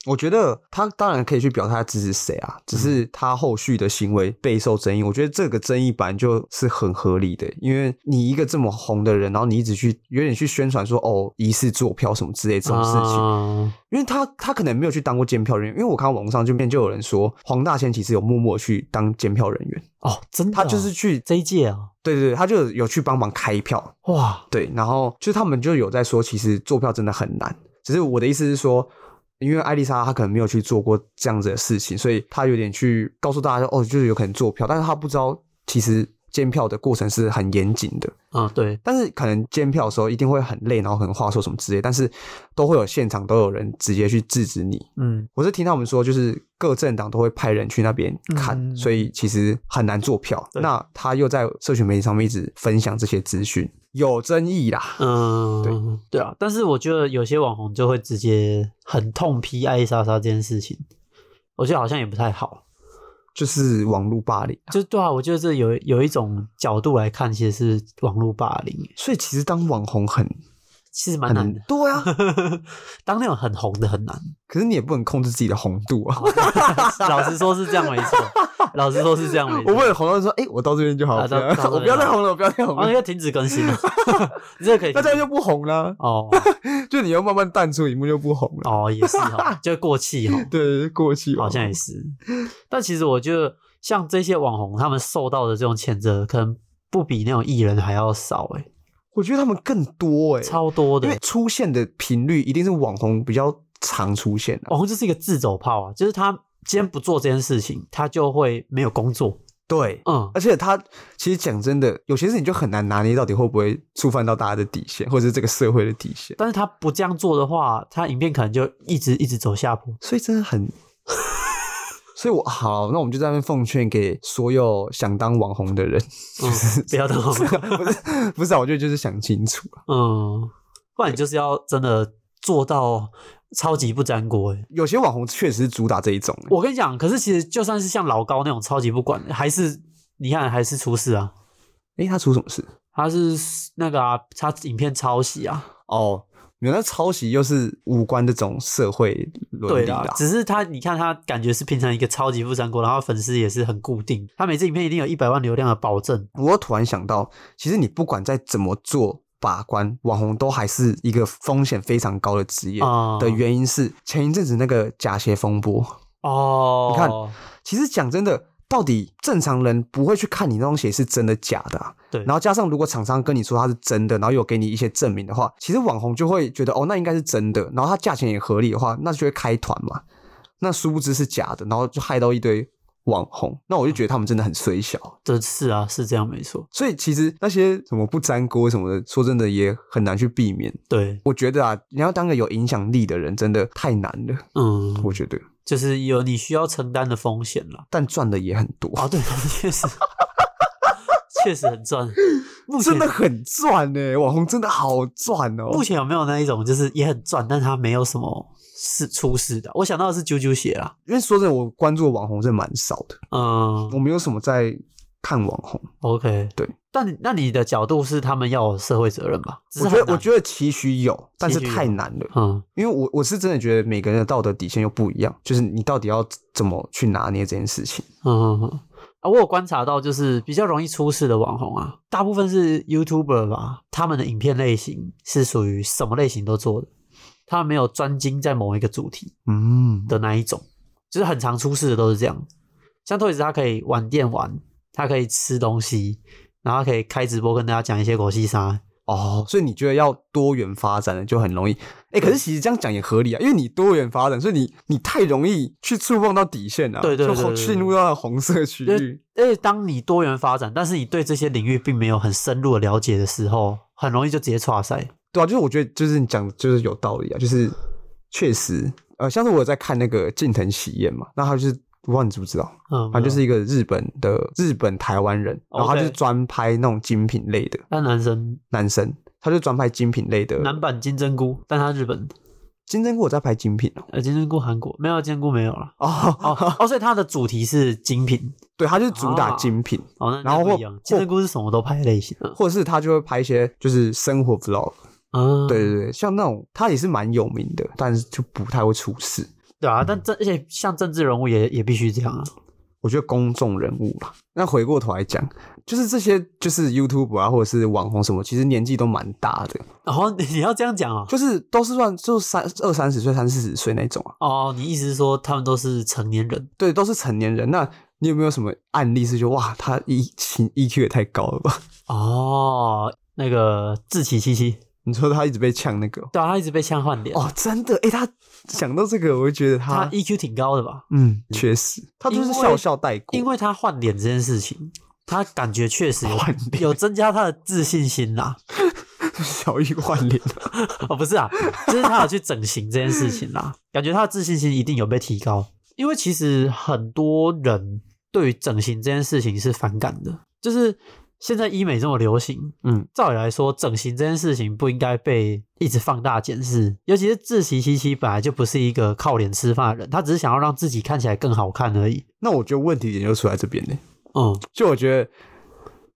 Speaker 2: 我觉得他当然可以去表态支持谁啊，只
Speaker 1: 嗯
Speaker 2: 是他后续的行为备受争议。我觉得这个争议版就是很合理的，因为你一个这么红的人，然后你一直去有点去宣传说哦疑似坐票什么之类这种事情，
Speaker 1: 啊
Speaker 2: 因为他他可能没有去当过监票人员，因为我看到网络上这边就有人说黄大仙其实有默默去当监票人员，
Speaker 1: 哦，真的啊、
Speaker 2: 他就是去
Speaker 1: 这一届啊，
Speaker 2: 对对对，他就有去帮忙开票，
Speaker 1: 哇，
Speaker 2: 对，然后就是他们就有在说，其实做票真的很难，只是我的意思是说。因为艾丽莎她可能没有去做过这样子的事情，所以她有点去告诉大家说，哦，就是有可能做票，但是她不知道其实监票的过程是很严谨的，
Speaker 1: 啊，对，
Speaker 2: 但是可能监票的时候一定会很累，然后很话术什么之类，但是都会有现场都有人直接去制止你。
Speaker 1: 嗯，
Speaker 2: 我是听他们说，就是各政党都会派人去那边看，
Speaker 1: 嗯
Speaker 2: 所以其实很难做票。
Speaker 1: 对
Speaker 2: 那他又在社群媒体上面一直分享这些资讯，有争议啦。
Speaker 1: 嗯，
Speaker 2: 对
Speaker 1: 对啊，但是我觉得有些网红就会直接很痛批艾莎莎这件事情，我觉得好像也不太好。
Speaker 2: 就是网络霸凌，
Speaker 1: 就对啊，我觉得这有有一种角度来看，其实是网络霸凌，欸
Speaker 2: 所以其实当网红很
Speaker 1: 其实蛮
Speaker 2: 很
Speaker 1: 难的。 [laughs]
Speaker 2: 对啊，
Speaker 1: 当那种很红的很难， [laughs]
Speaker 2: 可是你也不能控制自己的红度啊。
Speaker 1: 老实说是这样没错，老实说是这样没
Speaker 2: [laughs] 我
Speaker 1: 错。
Speaker 2: 不能红到说，哎、我到这边就好，
Speaker 1: 啊
Speaker 2: 不要 [laughs]
Speaker 1: 到到这边
Speaker 2: 我不要再红了，我不要再红
Speaker 1: 啊，
Speaker 2: 了，
Speaker 1: 要停止更新了，你这个可以
Speaker 2: [laughs] 那
Speaker 1: 停
Speaker 2: 这样就不红了、
Speaker 1: 哦
Speaker 2: 就你要慢慢淡出荧幕就不红了。
Speaker 1: 哦，也是哈，就过气哈。
Speaker 2: [laughs] 对，过气
Speaker 1: 好像也是。 [laughs] 但其实我觉得，像这些网红，他们受到的这种谴责，可能不比那种艺人还要少、欸，
Speaker 2: 我觉得他们更多哎、
Speaker 1: 超多的
Speaker 2: 因为。出现的频率一定是网红比较常出现啊的、
Speaker 1: 网红就是一个自走炮啊，就是他今天不做这件事情，他就会没有工作。
Speaker 2: 对，
Speaker 1: 嗯，
Speaker 2: 而且他其实讲真的，有些事情就很难拿捏到底会不会触犯到大家的底线，或者是这个社会的底线。
Speaker 1: 但是他不这样做的话，他影片可能就一直一直走下坡。
Speaker 2: 所以真
Speaker 1: [laughs]
Speaker 2: 的很。所以我，好，那我们就在那边奉劝给所有想当网红的人，
Speaker 1: 嗯，不要当网红。
Speaker 2: [laughs] 不是不是啊，我觉得就是想清楚啊
Speaker 1: 嗯，不然你就是要真的做到超级不沾锅、欸。
Speaker 2: 有些网红确实是主打这一种、
Speaker 1: 我跟你讲，可是其实就算是像老高那种超级不管，还是你看还是出事啊。
Speaker 2: 诶、他出什么事？
Speaker 1: 他是那个啊，他影片抄袭啊，
Speaker 2: 哦，原来抄袭又是无关这种社会伦
Speaker 1: 对
Speaker 2: 理
Speaker 1: 啦
Speaker 2: 啦，。
Speaker 1: 只是他，你看他感觉是平成一个超级富三国，然后粉丝也是很固定，他每次影片一定有一百万流量的保证，
Speaker 2: 我突然想到，其实你不管再怎么做把关，网红都还是一个风险非常高的职业。
Speaker 1: 啊
Speaker 2: 的原因是前一阵子那个假鞋风波，
Speaker 1: 哦，
Speaker 2: 你看其实讲真的。到底正常人不会去看你那双鞋是真的假的、啊，
Speaker 1: 对
Speaker 2: 然后加上如果厂商跟你说它是真的，然后有给你一些证明的话，其实网红就会觉得哦，那应该是真的，然后它价钱也合理的话，那就会开团嘛。那殊不知是假的，然后就害到一堆网红。那我就觉得他们真的很衰小。
Speaker 1: 这是啊，是这样没错，
Speaker 2: 所以其实那些什么不粘锅什么的，说真的也很难去避免。
Speaker 1: 对，
Speaker 2: 我觉得啊，你要当个有影响力的人，真的太难了。
Speaker 1: 嗯，
Speaker 2: 我觉得，
Speaker 1: 就是有你需要承担的风险啦。
Speaker 2: 但赚的也很多，
Speaker 1: 啊，对，确实， [laughs] 确实很赚。
Speaker 2: 哦
Speaker 1: 目前
Speaker 2: 真的很赚呢、网红真的好赚哦、
Speaker 1: 目前有没有那一种就是也很赚，但他没有什么事出事的？啊我想到的是啾啾鞋啦，
Speaker 2: 因为说真的，我关注的网红真的蛮少的，
Speaker 1: 嗯，
Speaker 2: 我没有什么在看网红。
Speaker 1: OK，
Speaker 2: 对。
Speaker 1: 但你那你的角度是他们要有社会责任吧？只是
Speaker 2: 我觉
Speaker 1: 很
Speaker 2: 得，我
Speaker 1: 难
Speaker 2: 觉得期许有，但是
Speaker 1: 期许有
Speaker 2: 太难了。
Speaker 1: 嗯
Speaker 2: 因为我我是真的觉得每个人的道德底线又不一样，就是你到底要怎么去拿捏这件事情。
Speaker 1: 嗯嗯嗯啊，我有观察到，就是比较容易出事的网红啊，大部分是 YouTuber 吧，他们的影片类型是属于什么类型都做的，他们没有专精在某一个主题
Speaker 2: 嗯，
Speaker 1: 的那一种，就是很常出事的都是这样。像 Toys 他可以玩电玩，他可以吃东西，然后他可以开直播跟大家讲一些狗屁啥，
Speaker 2: 哦，所以你觉得要多元发展的就很容易，哎、可是其实这样讲也合理啊，因为你多元发展，所以你你太容易去触碰到底线了、啊，
Speaker 1: 对对对
Speaker 2: 就
Speaker 1: 对
Speaker 2: 红
Speaker 1: 对
Speaker 2: 进入到红色区域，
Speaker 1: 而且当你多元发展，但是你对这些领域并没有很深入的了解的时候，很容易就直接岔赛。
Speaker 2: 对啊，就是我觉得就是你讲的就是有道理啊，就是确实，呃，像是我有在看那个近藤喜彦嘛，那他就是。我不知道你知不知道，
Speaker 1: 嗯，
Speaker 2: 他啊就是一个日本的日本台湾人，然后他就是
Speaker 1: 哦 OK
Speaker 2: 专拍那种精品类的
Speaker 1: 那男生
Speaker 2: 男生，他就专拍精品类的。
Speaker 1: 男版金针菇，但他日本
Speaker 2: 金针菇我在拍精品哦， [laughs]
Speaker 1: 呃金针菇韩国没有金针菇没有了
Speaker 2: 哦，
Speaker 1: 哦哦，所以它的主题是精品
Speaker 2: 对，他就是主打
Speaker 1: 啊
Speaker 2: 精品，
Speaker 1: 哦，那
Speaker 2: 然后
Speaker 1: 那不
Speaker 2: 或
Speaker 1: 一样，金针菇是什么都拍类型的
Speaker 2: 或者是他就会拍一些就是生活 vlog，
Speaker 1: 啊，
Speaker 2: 对对对，像那种他也是蛮有名的，但是就不太会出事。
Speaker 1: 对啊，但政而且像政治人物也也必须这样啊，
Speaker 2: 我觉得公众人物吧。那回过头来讲，就是这些就是 YouTube 啊，或者是网红什么，其实年纪都蛮大的，
Speaker 1: 然后你你要这样讲啊。
Speaker 2: 就是都是算就三二三十岁、三四十岁那种啊，
Speaker 1: 哦，你意思是说他们都是成年人？
Speaker 2: 对，都是成年人。那你有没有什么案例是就哇，他 E 情 EQ 也太高了吧？ [laughs]
Speaker 1: 哦，那个志崎七七，
Speaker 2: 你说他一直被呛那个
Speaker 1: 对啊，他一直被呛换脸，
Speaker 2: 哦，真的诶，他想到这个，我就觉得
Speaker 1: 他
Speaker 2: 他
Speaker 1: EQ 挺高的吧？
Speaker 2: 嗯，确实，他就是
Speaker 1: 因为
Speaker 2: 笑笑带过，
Speaker 1: 因为他换脸这件事情，他感觉确实有
Speaker 2: 换脸
Speaker 1: 有增加他的自信心啦。
Speaker 2: 小玉换脸， [laughs]
Speaker 1: 哦，不是啊，就是他有去整形这件事情啦，感觉他的自信心一定有被提高。因为其实很多人对于整形这件事情是反感的，就是现在医美这么流行，
Speaker 2: 嗯，
Speaker 1: 照理来说，整形这件事情不应该被一直放大检视。尤其是自习七七本来就不是一个靠脸吃饭的人，他只是想要让自己看起来更好看而已。
Speaker 2: 那我觉得问题点就出在这边呢、
Speaker 1: 嗯，
Speaker 2: 就我觉得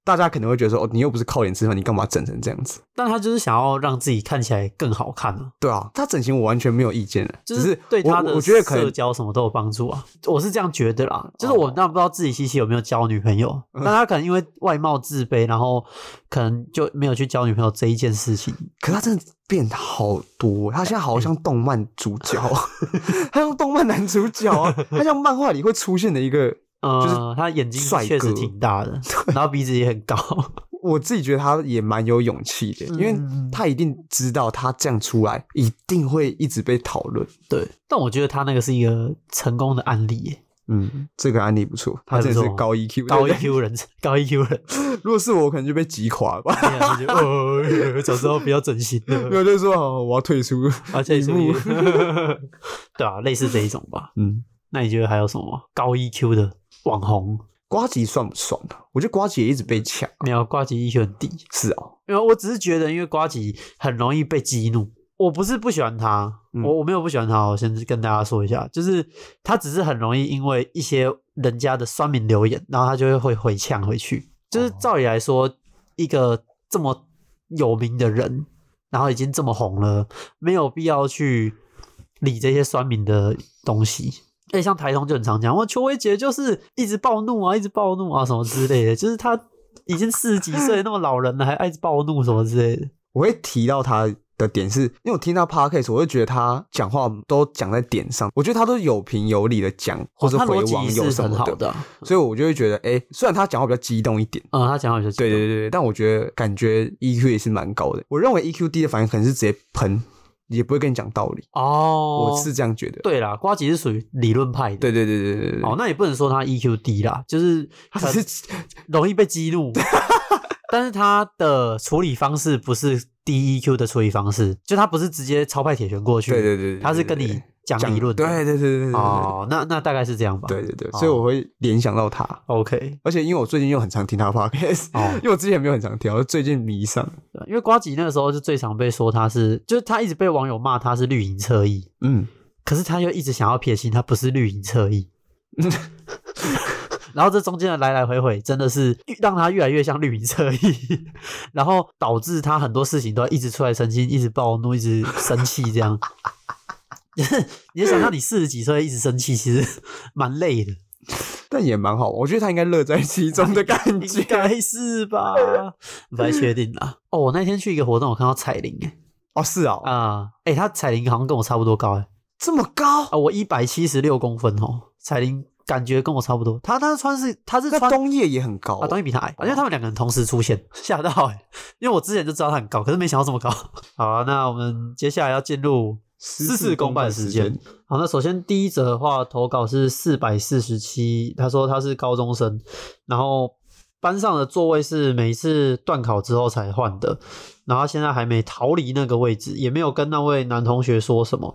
Speaker 2: 大家可能会觉得说，哦，你又不是靠脸吃饭，你干嘛整成这样子？
Speaker 1: 但他就是想要让自己看起来更好看啊，
Speaker 2: 对啊，他整形我完全没有意见的，
Speaker 1: 就
Speaker 2: 只是
Speaker 1: 对
Speaker 2: 我
Speaker 1: 他的
Speaker 2: 我我觉得可
Speaker 1: 社
Speaker 2: 能
Speaker 1: 交什么都有帮助啊。我是这样觉得啦，就是我当然不知道自己七七有没有交女朋友，但他可能因为外貌自卑，然后可能就没有去交女朋友这一件事情。
Speaker 2: 可他真的变好多，他现在好像动漫主
Speaker 1: [laughs]
Speaker 2: 角，他像动漫男主角啊，他像漫画里会出现的一个。
Speaker 1: 呃，
Speaker 2: 就是
Speaker 1: 他眼睛
Speaker 2: 帅
Speaker 1: 确实
Speaker 2: 哥
Speaker 1: 挺大的，然后鼻子也很高。
Speaker 2: 我自己觉得他也蛮有勇气的，因为
Speaker 1: 嗯
Speaker 2: 他一定知道他这样出来一定会一直被讨论。
Speaker 1: 对，但我觉得他那个是一个成功的案例耶，
Speaker 2: 嗯，这个案例不错，他
Speaker 1: 还不
Speaker 2: 真的是
Speaker 1: 错哦
Speaker 2: 高 EQ，
Speaker 1: 高 E
Speaker 2: 对不对
Speaker 1: EQ 人，高 EQ 人，
Speaker 2: [laughs] 如果是我，我可能就被击垮了吧。 [laughs]
Speaker 1: 对啊就觉得哦，早知道不要整形
Speaker 2: 没
Speaker 1: 了，
Speaker 2: 有，就是说好，我要退出。
Speaker 1: 而且是
Speaker 2: 荧幕
Speaker 1: 对啊，类似这一种吧。
Speaker 2: 嗯，
Speaker 1: 那你觉得还有什么高 EQ 的网红？
Speaker 2: 瓜吉算不算啊？我觉得瓜吉也一直被抢。
Speaker 1: 没有，瓜吉 EQ 很低，
Speaker 2: 是哦，
Speaker 1: 因为我只是觉得，因为瓜吉很容易被激怒。我不是不喜欢他，
Speaker 2: 嗯
Speaker 1: 我我没有不喜欢他哦，我先跟大家说一下，就是他只是很容易因为一些人家的酸民留言，然后他就会会回呛回去。就是照理来说，一个这么有名的人，然后已经这么红了，没有必要去理这些酸民的东西。哎，像台通就很常讲，我邱威杰就是一直暴怒啊，一直暴怒啊，什么之类的，就是他已经四十几岁那么老人了，还爱暴怒什么之类的。哦
Speaker 2: 我会提到他的点是，因为我听到 podcast，我会觉得他讲话都讲在点上，我觉得他都有凭有理的讲，或者
Speaker 1: 他
Speaker 2: 回
Speaker 1: 逻
Speaker 2: 网
Speaker 1: 辑
Speaker 2: 友
Speaker 1: 是
Speaker 2: 什
Speaker 1: 很
Speaker 2: 么
Speaker 1: 好
Speaker 2: 的，
Speaker 1: 的啊，
Speaker 2: 所以我就会觉得，哎、虽然他讲话比较激动一点。
Speaker 1: 嗯，他讲话有些
Speaker 2: 对对对对，但我觉得感觉 EQ 也是蛮高的。我认为 EQ 低的反应可能是直接喷，也不会跟你讲道理。
Speaker 1: 哦，
Speaker 2: 我是这样觉得。
Speaker 1: 对啦，瓜吉是属于理论派的，
Speaker 2: 对对对对对对，
Speaker 1: 哦，那也不能说他 EQ 低啦，就是
Speaker 2: 他
Speaker 1: 可
Speaker 2: 只是
Speaker 1: 容易被激怒，但是他的处理方式不是低 EQ 的处理方式，就他不是直接超派铁拳过去，
Speaker 2: 对对对对对
Speaker 1: 他是跟你讲理论的，
Speaker 2: 对对对对对对
Speaker 1: 哦，那那大概是这样吧，
Speaker 2: 对对对，
Speaker 1: 哦
Speaker 2: 所以我会联想到他。
Speaker 1: OK，
Speaker 2: 而且因为我最近又很常
Speaker 1: [laughs]
Speaker 2: 听他 podcast，、
Speaker 1: 哦
Speaker 2: 因为我之前没有很常听，我最近迷上。
Speaker 1: 对因为瓜吉那个时候就最常被说他是，就是他一直被网友骂他是绿营侧翼，
Speaker 2: 嗯，
Speaker 1: 可是他又一直想要撇清他不是绿营侧翼。然后这中间的来来回回，真的是让他越来越像绿营侧翼，然后导致他很多事情都要一直出来澄清，一直暴怒，一直生气，这样。 [laughs] 你就想象你四十几岁一直生气，其实蛮累的，
Speaker 2: 但也蛮好，我觉得他应该乐在其中的感
Speaker 1: 应 [laughs]
Speaker 2: 觉。
Speaker 1: 该是吧？不太确定啦。哦，我那天去一个活动，我看到彩铃、欸，
Speaker 2: 哦，是哦，
Speaker 1: 啊，哎、他彩铃好像跟我差不多高哎、
Speaker 2: 这么高，
Speaker 1: 啊，我一百七十六公分哦，彩铃感觉跟我差不多。他他穿是他是
Speaker 2: 那
Speaker 1: 穿
Speaker 2: 冬叶也很高、
Speaker 1: 啊，东西比他矮，因为他们两个人同时出现，吓到哎、因为我之前就知道他很高，可是没想到这么高。 [laughs] 好、啊，那我们接下来要进入私
Speaker 2: 14
Speaker 1: 事公办时间。好，那首先第一则的话，投稿是四百四十七，他说他是高中生，然后班上的座位是每次断考之后才换的，然后他现在还没逃离那个位置，也没有跟那位男同学说什么。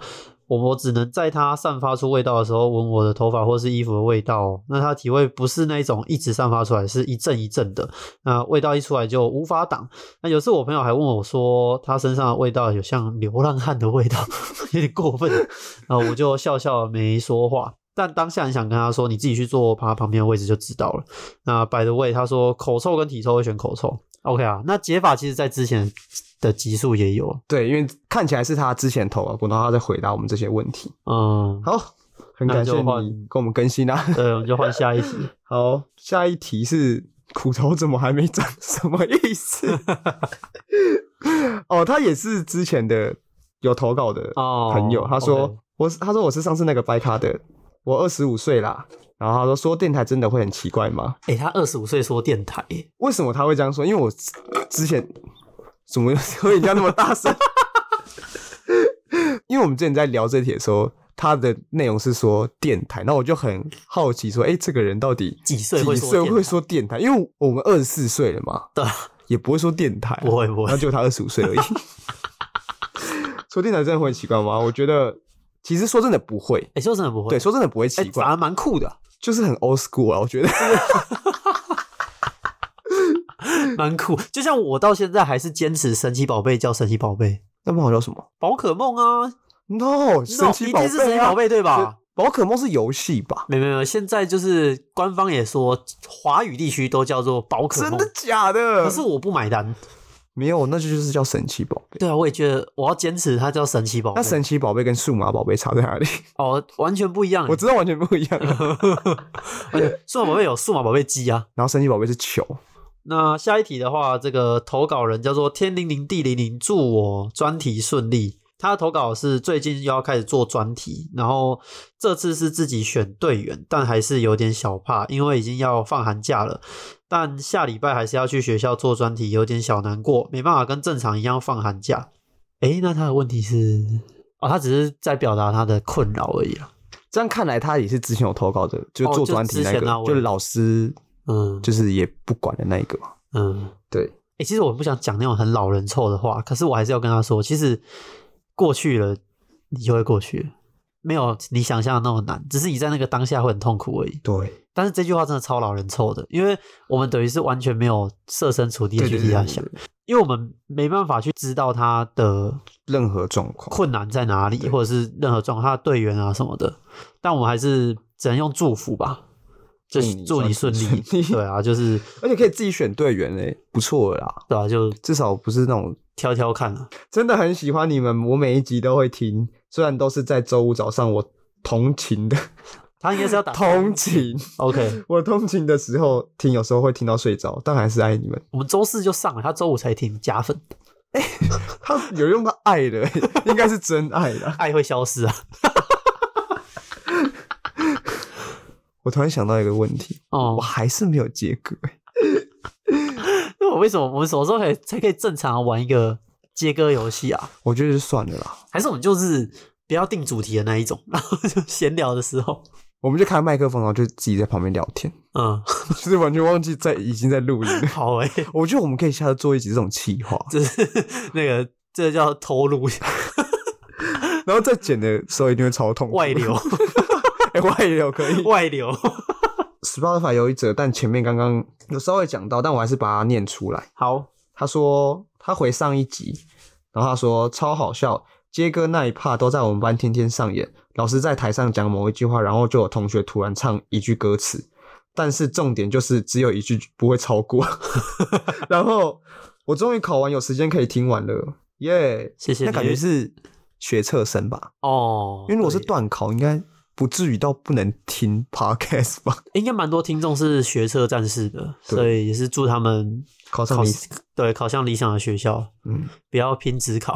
Speaker 1: 我我只能在他散发出味道的时候闻我的头发或是衣服的味道哦、那他体味不是那一种一直散发出来，是一阵一阵的，那味道一出来就无法挡。那有次我朋友还问我说，他身上的味道有像流浪汉的味道， [laughs] 有点过分。然后我就笑笑没说话，但当下很想跟他说，你自己去坐他旁边的位置就知道了。那 by the way，他说口臭跟体臭会选口臭，OK 啊？那解法其实在之前的集数也有，
Speaker 2: 对，因为看起来是他之前投啊，然后他在回答我们这些问题。
Speaker 1: 嗯，
Speaker 2: 好，很
Speaker 1: 那
Speaker 2: 感
Speaker 1: 就
Speaker 2: 谢
Speaker 1: 换
Speaker 2: 你跟我们更新
Speaker 1: [laughs]
Speaker 2: 啊。
Speaker 1: 对，我们就换下一题。
Speaker 2: 好，下一题是骨头怎么还没长？什么
Speaker 1: [laughs]
Speaker 2: 意思？哦，他也是之前的有投稿的
Speaker 1: 哦
Speaker 2: [laughs] 朋友，他说、
Speaker 1: OK
Speaker 2: 我是他说我是上次那个白卡的，我二十五岁啦。然后他说说电台真的会很奇怪吗？
Speaker 1: 诶、他二十五岁说电台，
Speaker 2: 为什么他会这样说？因为我之之前怎 [laughs] 么会人家那么大声？因为我们之前在聊这题的时候，他的内容是说电台，那我就很好奇说，哎、这个人到底
Speaker 1: 几岁会
Speaker 2: 几
Speaker 1: 说
Speaker 2: 岁
Speaker 1: 电
Speaker 2: 会
Speaker 1: 台
Speaker 2: 说电台？因为我们二十四岁了嘛，
Speaker 1: 对，
Speaker 2: 也不会说电台啊，
Speaker 1: 不会不
Speaker 2: 然后
Speaker 1: 会，
Speaker 2: 结果他二十五 [laughs] 岁而已。说电台真的会很奇怪吗？我觉得其实说真的不会，
Speaker 1: 哎，说真的不会，
Speaker 2: 对，说真的不会奇
Speaker 1: 哎，
Speaker 2: 怪，
Speaker 1: 反而蛮酷的，
Speaker 2: 就是很 old school 啊。我 [laughs] 觉得
Speaker 1: 蛮酷。就像我到现在还是坚持神奇宝贝叫神奇宝贝，
Speaker 2: 那么好叫什么
Speaker 1: 宝可梦啊，
Speaker 2: ？No，神奇宝
Speaker 1: 一定是神
Speaker 2: 贝
Speaker 1: 奇
Speaker 2: 啊
Speaker 1: 宝，贝对吧？
Speaker 2: 宝可梦是游戏吧？
Speaker 1: 没有没有没有，现在就是官方也说华语地区都叫做宝可
Speaker 2: 真
Speaker 1: 梦，
Speaker 2: 的假的？
Speaker 1: 可是我不买单。
Speaker 2: 没有，那就就是叫神奇宝贝。
Speaker 1: 对啊，我也觉得我要坚持它叫神奇宝贝
Speaker 2: 那。神奇宝贝跟嗯数码宝贝差在哪里？
Speaker 1: 哦，完全不一样欸。
Speaker 2: 我知道完全不一样啊。 [laughs]
Speaker 1: 而且数码宝贝有数码宝贝机啊。
Speaker 2: 然后神奇宝贝是球，
Speaker 1: 那下一题的话，这个投稿人叫做天灵灵地灵灵，祝我专题顺利。他的投稿是最近又要开始做专题，然后这次是自己选队员，但还是有点小怕，因为已经要放寒假了。但下礼拜还是要去学校做专题，有点小难过，没办法跟正常一样放寒假。诶，那他的问题是，哦，他只是在表达他的困扰而已啊啦。
Speaker 2: 这样看来他也是之前有投稿的，就啊
Speaker 1: 哦
Speaker 2: 是做
Speaker 1: 就
Speaker 2: 专题
Speaker 1: 之
Speaker 2: 那
Speaker 1: 前
Speaker 2: 个，
Speaker 1: 那位
Speaker 2: 就老师
Speaker 1: 嗯，
Speaker 2: 就是也不管的那一个嘛。
Speaker 1: 嗯。
Speaker 2: 对，
Speaker 1: 欸，其实我不想讲那种很老人臭的话，可是我还是要跟他说，其实过去了，你就会过去了，没有你想象的那么难，只是你在那个当下会很痛苦而已。
Speaker 2: 对，
Speaker 1: 但是这句话真的超老人臭的，因为我们等于是完全没有设身处地的
Speaker 2: 对
Speaker 1: 去
Speaker 2: 对
Speaker 1: 替
Speaker 2: 对
Speaker 1: 他
Speaker 2: 对
Speaker 1: 想
Speaker 2: 对，
Speaker 1: 因为我们没办法去知道他的
Speaker 2: 任何状况，
Speaker 1: 困难在哪里，
Speaker 2: 对
Speaker 1: 或者是任何状况，他的队员啊什么的，但我们还是只能用祝福吧，就
Speaker 2: 祝
Speaker 1: 是
Speaker 2: 你
Speaker 1: 祝你顺
Speaker 2: 顺
Speaker 1: 利
Speaker 2: 顺利。
Speaker 1: 对啊，就是
Speaker 2: 而且可以自己选队员嘞，不错了啦，
Speaker 1: 对啊，就
Speaker 2: 至少不是那种
Speaker 1: 挑挑看啊。
Speaker 2: 真的很喜欢你们，我每一集都会听，虽然都是在周五早上我通
Speaker 1: [laughs]
Speaker 2: 勤的
Speaker 1: 他应该是要打
Speaker 2: [laughs] 通勤，
Speaker 1: OK，
Speaker 2: 我通勤的时候听，有时候会听到睡着，但还是爱你们。
Speaker 1: 我们周四就上了，他周五才停加粉，
Speaker 2: 他有用到爱的、欸 [laughs] 应该是真爱啦。
Speaker 1: 爱会消失啊。
Speaker 2: 我突然想到一个问题，
Speaker 1: 哦
Speaker 2: 我，还是没有接歌、欸，
Speaker 1: 那我为什么我们什么时候可以才可以正常玩一个接歌游戏啊？
Speaker 2: 我觉得就算了啦，
Speaker 1: 还是我们就是不要定主题的那一种，然后就闲聊的时候，
Speaker 2: 我们就开麦克风，然后就自己在旁边聊天， [laughs]
Speaker 1: 嗯，
Speaker 2: 就是完全忘记在已经在录音了。
Speaker 1: 好诶、
Speaker 2: 我觉得我们可以下次做一集这种企划，
Speaker 1: 这是 [laughs] 那个这叫偷录
Speaker 2: 然后再剪的时候一定会超痛苦
Speaker 1: 外
Speaker 2: [laughs]
Speaker 1: 流，
Speaker 2: 哎、外流可以。
Speaker 1: 外流。
Speaker 2: Spotify 有一则，但前面刚刚有稍微讲到，但我还是把它念出来。
Speaker 1: 好，
Speaker 2: 他说他回上一集，然后他说超好笑，接歌那一趴都在我们班天天上演。老师在台上讲某一句话，然后就有同学突然唱一句歌词，但是重点就是只有一句不会超 [laughs] 过。然后我终于考完，有时间可以听完了，耶、
Speaker 1: 谢谢你。
Speaker 2: 那感觉是学测生吧？
Speaker 1: 哦，
Speaker 2: 因为如果是
Speaker 1: 对
Speaker 2: 断考，应该不至于到不能听 podcast 吧？
Speaker 1: 应该蛮多听众是学车战士的，
Speaker 2: 对
Speaker 1: 所以也是祝他们
Speaker 2: 考上
Speaker 1: 考
Speaker 2: 你，
Speaker 1: 对考上理想的学校，
Speaker 2: 嗯，
Speaker 1: 不要拼只考。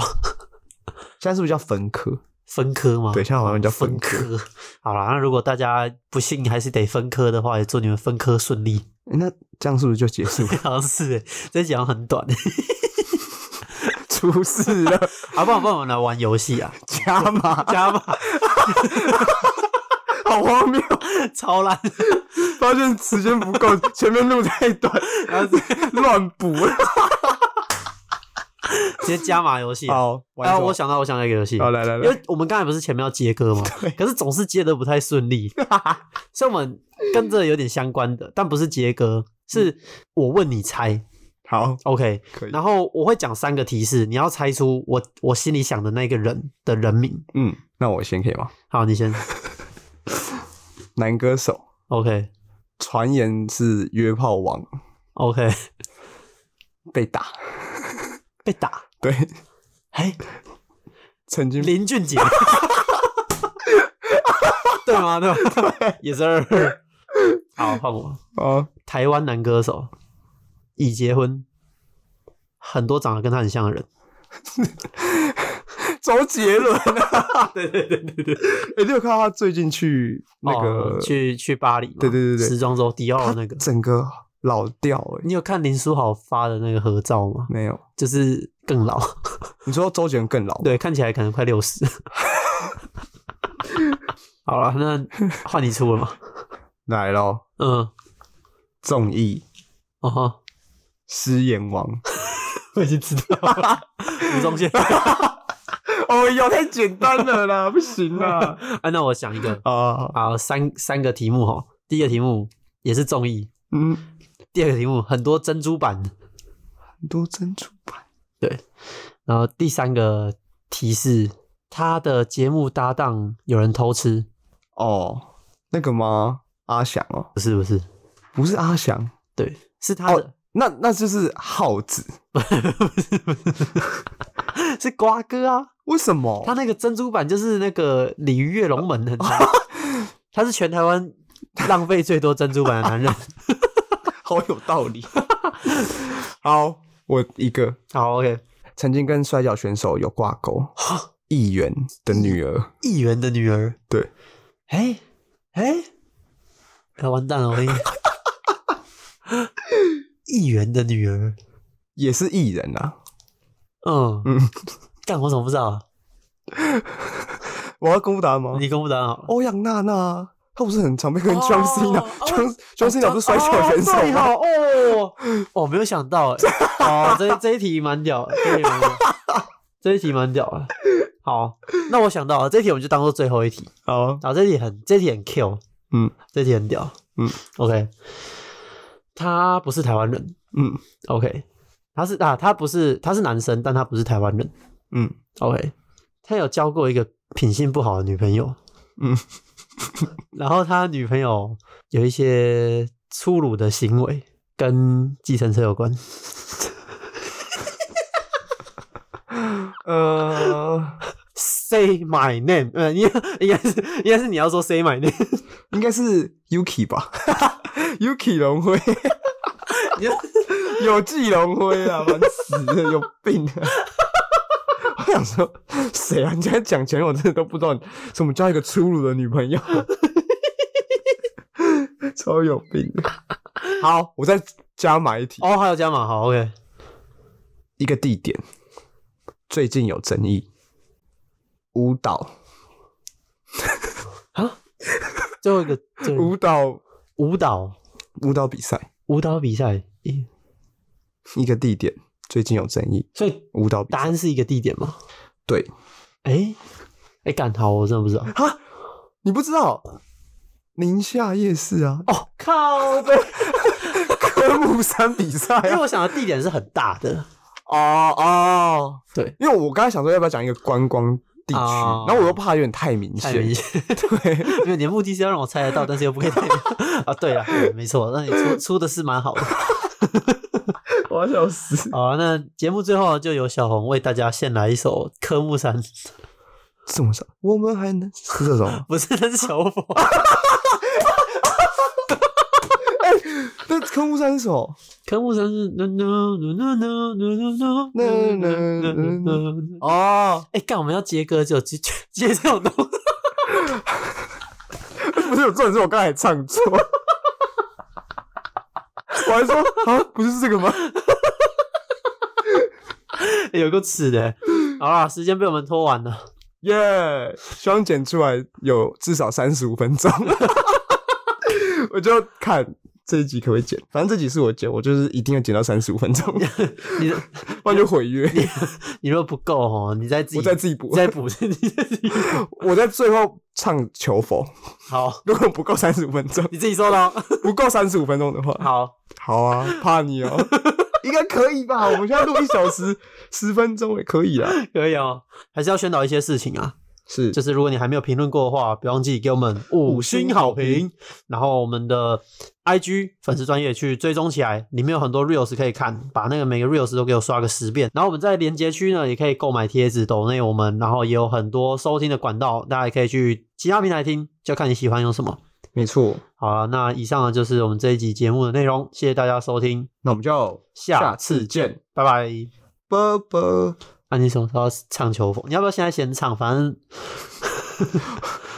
Speaker 2: 现在是不是叫分科？
Speaker 1: 分科吗？哦
Speaker 2: 对现在好像叫
Speaker 1: 分
Speaker 2: 分科
Speaker 1: 好啦，那如果大家不幸还是得分科的话，也祝你们分科顺利。
Speaker 2: 诶那这样是不是就结束了？ [laughs]
Speaker 1: 好像是 [laughs] 欸，这集好像很短。 [laughs]
Speaker 2: 出事 [laughs] 了，
Speaker 1: 好、啊不好？不然我们来玩游戏
Speaker 2: [laughs]
Speaker 1: 啊，
Speaker 2: 加码，
Speaker 1: 加吧，
Speaker 2: 好荒谬！
Speaker 1: [laughs] 超烂。 [laughs]
Speaker 2: 发现时间不 [laughs] 够，前面路太短，然后乱补。
Speaker 1: 直接加码游戏。
Speaker 2: [laughs] 好，玩
Speaker 1: 啊，
Speaker 2: 什么
Speaker 1: 我，想到，我想到一个游戏。
Speaker 2: 好来来
Speaker 1: 因
Speaker 2: 来，
Speaker 1: 为我们刚才不是前面要接歌吗？
Speaker 2: [laughs] 对
Speaker 1: 可是总是接的不太顺
Speaker 2: [laughs]
Speaker 1: 利，所以我们跟这有点相关的，但不是接歌，是我问你猜
Speaker 2: 好，
Speaker 1: ，OK？
Speaker 2: 可以。
Speaker 1: 然后我会讲三个提示，你要猜出我我心里想的那个人的人名。
Speaker 2: 嗯，那我先可以吗？
Speaker 1: 好，你先。
Speaker 2: 男歌手，
Speaker 1: OK
Speaker 2: 传言是约炮王，
Speaker 1: OK，
Speaker 2: 被打。
Speaker 1: 被打。
Speaker 2: 对，
Speaker 1: 哎，
Speaker 2: 曾经
Speaker 1: 林俊
Speaker 2: [laughs]
Speaker 1: 杰，对吗？对吧？ [laughs] 也是二。好，换我。
Speaker 2: 啊，
Speaker 1: 台湾男歌手已结婚，很多长得跟他很像的人。
Speaker 2: [laughs] 周杰 [laughs] 伦啊！
Speaker 1: 对对对对对，
Speaker 2: 哎，你有看到他最近去那个
Speaker 1: 哦、去去巴黎嘛，
Speaker 2: 对对对对
Speaker 1: 时装周迪奥
Speaker 2: 他
Speaker 1: 的那个。
Speaker 2: 整个老掉哎，
Speaker 1: 你有看林书豪发的那个合照吗？
Speaker 2: 没有？
Speaker 1: 就是更老，
Speaker 2: 你说周杰伦更老？
Speaker 1: 对，看起来可能快六十。 [laughs] 好了，那换你出了嘛？
Speaker 2: 来咯，
Speaker 1: 嗯，
Speaker 2: 综艺
Speaker 1: 哦吼，
Speaker 2: 狮阎王。
Speaker 1: [laughs] 我已经知道了， [laughs] 吴宗宪。
Speaker 2: [laughs] 哦哟，太简单了啦，不行啦。
Speaker 1: 啊，那我想一个，
Speaker 2: [laughs] 啊，
Speaker 1: 好，三三个题目哈。第一个题目也是综艺，
Speaker 2: 嗯，
Speaker 1: 第二个题目很多珍珠版的，
Speaker 2: 很多珍珠版
Speaker 1: 然后第三个提示，他的节目搭档有人偷吃，
Speaker 2: 哦，那个吗？阿翔哦，
Speaker 1: 不是不是，
Speaker 2: 不是阿翔，
Speaker 1: 对，是他的，
Speaker 2: 那那就是耗子。
Speaker 1: [laughs] 是瓜哥啊。
Speaker 2: 为什么？
Speaker 1: 他那个珍珠版就是那个鲤鱼跃龙门很长， [laughs] 他是全台湾浪费最多珍珠版的 [laughs] 男人。
Speaker 2: 好有道理。 [laughs] 好，我一个
Speaker 1: 好，OK，
Speaker 2: 曾经跟摔跤选手有挂钩，议员的女儿。
Speaker 1: 议员的女儿，
Speaker 2: 对，
Speaker 1: 哎哎，啊完蛋了，我跟你讲 [laughs] 议员的女儿，
Speaker 2: 也是艺人啊。
Speaker 1: 嗯
Speaker 2: 嗯，
Speaker 1: 干我怎么不知道啊？
Speaker 2: 我要公布答案吗？
Speaker 1: 你公布答案好了。
Speaker 2: 欧阳娜娜，她不是很常被跟 John Cena，John John Cena 不是摔跤选手
Speaker 1: 对
Speaker 2: 吗？
Speaker 1: 哦哦，我没有想到 [laughs] 哎，哦，这这一题蛮屌的，这一题蛮屌的，这一题蛮屌的。好，那我想到了，这一题我们就当做最后一题。
Speaker 2: 好，哦
Speaker 1: 好，这一题很，这一题很 Q，
Speaker 2: 嗯
Speaker 1: 这一题很屌。
Speaker 2: 嗯
Speaker 1: ，OK，他不是台湾人
Speaker 2: 嗯
Speaker 1: ，OK，他是啊，他不是，他是男生，但他不是台湾人
Speaker 2: 嗯
Speaker 1: ，OK，他有交过一个品性不好的女朋友，
Speaker 2: 嗯，
Speaker 1: [laughs] 然后他女朋友有一些粗鲁的行为，跟计程车有关。哦
Speaker 2: 呃，
Speaker 1: Say my name，呃，应应该是应该是你要说 Say my name， [laughs]
Speaker 2: 应该是 Yuki 吧，Yuki 龙辉，有纪龙辉啊，烦死了，有病啊！ [laughs] 我想说，谁啊？你这样讲前，我真的都不知道什么叫一个粗鲁的女朋友， [laughs] 超有病的。好，我再加码一题，
Speaker 1: 哦，还有加码，好，OK，
Speaker 2: 一个地点最近有争议，舞蹈，
Speaker 1: 最后一个最后一个
Speaker 2: 舞蹈，
Speaker 1: 舞蹈
Speaker 2: 舞蹈比赛，
Speaker 1: 舞蹈比赛，咦
Speaker 2: 一个地点最近有争议，
Speaker 1: 所以
Speaker 2: 舞蹈比
Speaker 1: 答
Speaker 2: 赛，
Speaker 1: 案是一个地点嘛？
Speaker 2: 对，
Speaker 1: 哎哎，干好，我真的不知道。
Speaker 2: 你不知道宁夏夜市啊，
Speaker 1: 哦，靠背，
Speaker 2: 科目三比赛
Speaker 1: [laughs] 因为
Speaker 2: 啊，
Speaker 1: 我想的地点是很大的，
Speaker 2: 哦哦，
Speaker 1: 对，
Speaker 2: 因为我刚才想说要不要讲一个观光地区，
Speaker 1: 哦
Speaker 2: 然后我又怕有点太明
Speaker 1: 太
Speaker 2: 显
Speaker 1: 明， [laughs] 显。
Speaker 2: 对，
Speaker 1: 因为你的目的是要让我猜得到，但是又不可以太 [laughs] 啊，对啊，对没错，那你出出的是蛮 [laughs] 好的。
Speaker 2: 我要笑死。
Speaker 1: 好、啊，那节目最后就由小红为大家献来一首科目 [laughs] 三，
Speaker 2: 怎么说？我们还能是这种？ [laughs]
Speaker 1: 不是那是小佛，
Speaker 2: 那科目三是什么？
Speaker 1: [laughs] 科目三是 no no no no no no no no no no no。
Speaker 2: 哦，
Speaker 1: 哎，干我们要接歌就接接这种东西，
Speaker 2: [laughs] 不是有这种是我刚才唱错， [laughs] 我还说啊，不是这个吗？
Speaker 1: [laughs] 有个耻的。好啦，时间被我们拖完了。
Speaker 2: 耶、希望剪出来有至少三十五分钟， [laughs] 我就看这一集可不可以剪。反正这集是我剪，我就是一定要剪到三十五分 [laughs] 钟，
Speaker 1: 你
Speaker 2: 不然就毁约。
Speaker 1: 你若不够哦，你再自己
Speaker 2: 我再自己补
Speaker 1: 你，再补，你再自 [laughs] 己补
Speaker 2: 我在最后唱求佛，
Speaker 1: 好，
Speaker 2: 如果不够三十五分钟， [laughs]
Speaker 1: 你自己说的哦。
Speaker 2: 不够三十五分钟的话，
Speaker 1: [laughs] 好，
Speaker 2: 好啊，怕你哦， [laughs] 应该可以吧？我们现在录一小时十分钟也可以啦。
Speaker 1: 可以哦，还是要宣导一些事情啊。
Speaker 2: 是
Speaker 1: 就是如果你还没有评论过的话，不要忘记给我们五星好评，然后我们的 IG 粉丝专业去追踪起来，里面有很多 reels 可以看，把那个每个 reels 都给我刷个十遍。然后我们在连接区呢，也可以购买贴纸、抖内我们，然后也有很多收听的管道，大家也可以去其他平台听，就看你喜欢用什么。
Speaker 2: 没错，
Speaker 1: 好了，那以上呢就是我们这一集节目的内容，谢谢大家收听，
Speaker 2: 那我们就
Speaker 1: 下次见，，拜拜。
Speaker 2: 拜拜。
Speaker 1: 那、你什么时候要唱秋风？你要不要现在先唱？反
Speaker 2: [laughs]
Speaker 1: 正，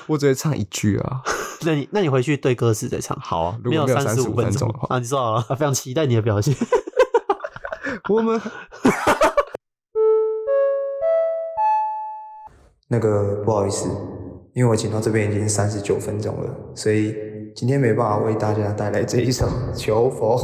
Speaker 2: 我只会唱一句啊。
Speaker 1: 那你那你回去对歌词再唱。
Speaker 2: 好啊，如
Speaker 1: 没有
Speaker 2: 果没有
Speaker 1: 三
Speaker 2: 三
Speaker 1: 十
Speaker 2: 五
Speaker 1: 分
Speaker 2: 分钟的话，
Speaker 1: 啊，你说好了，非常期待你的表现。
Speaker 2: 我们那个不好意思，因为我剪到这边已经三十九分钟了，所以今天没办法为大家带来这一首《求佛》。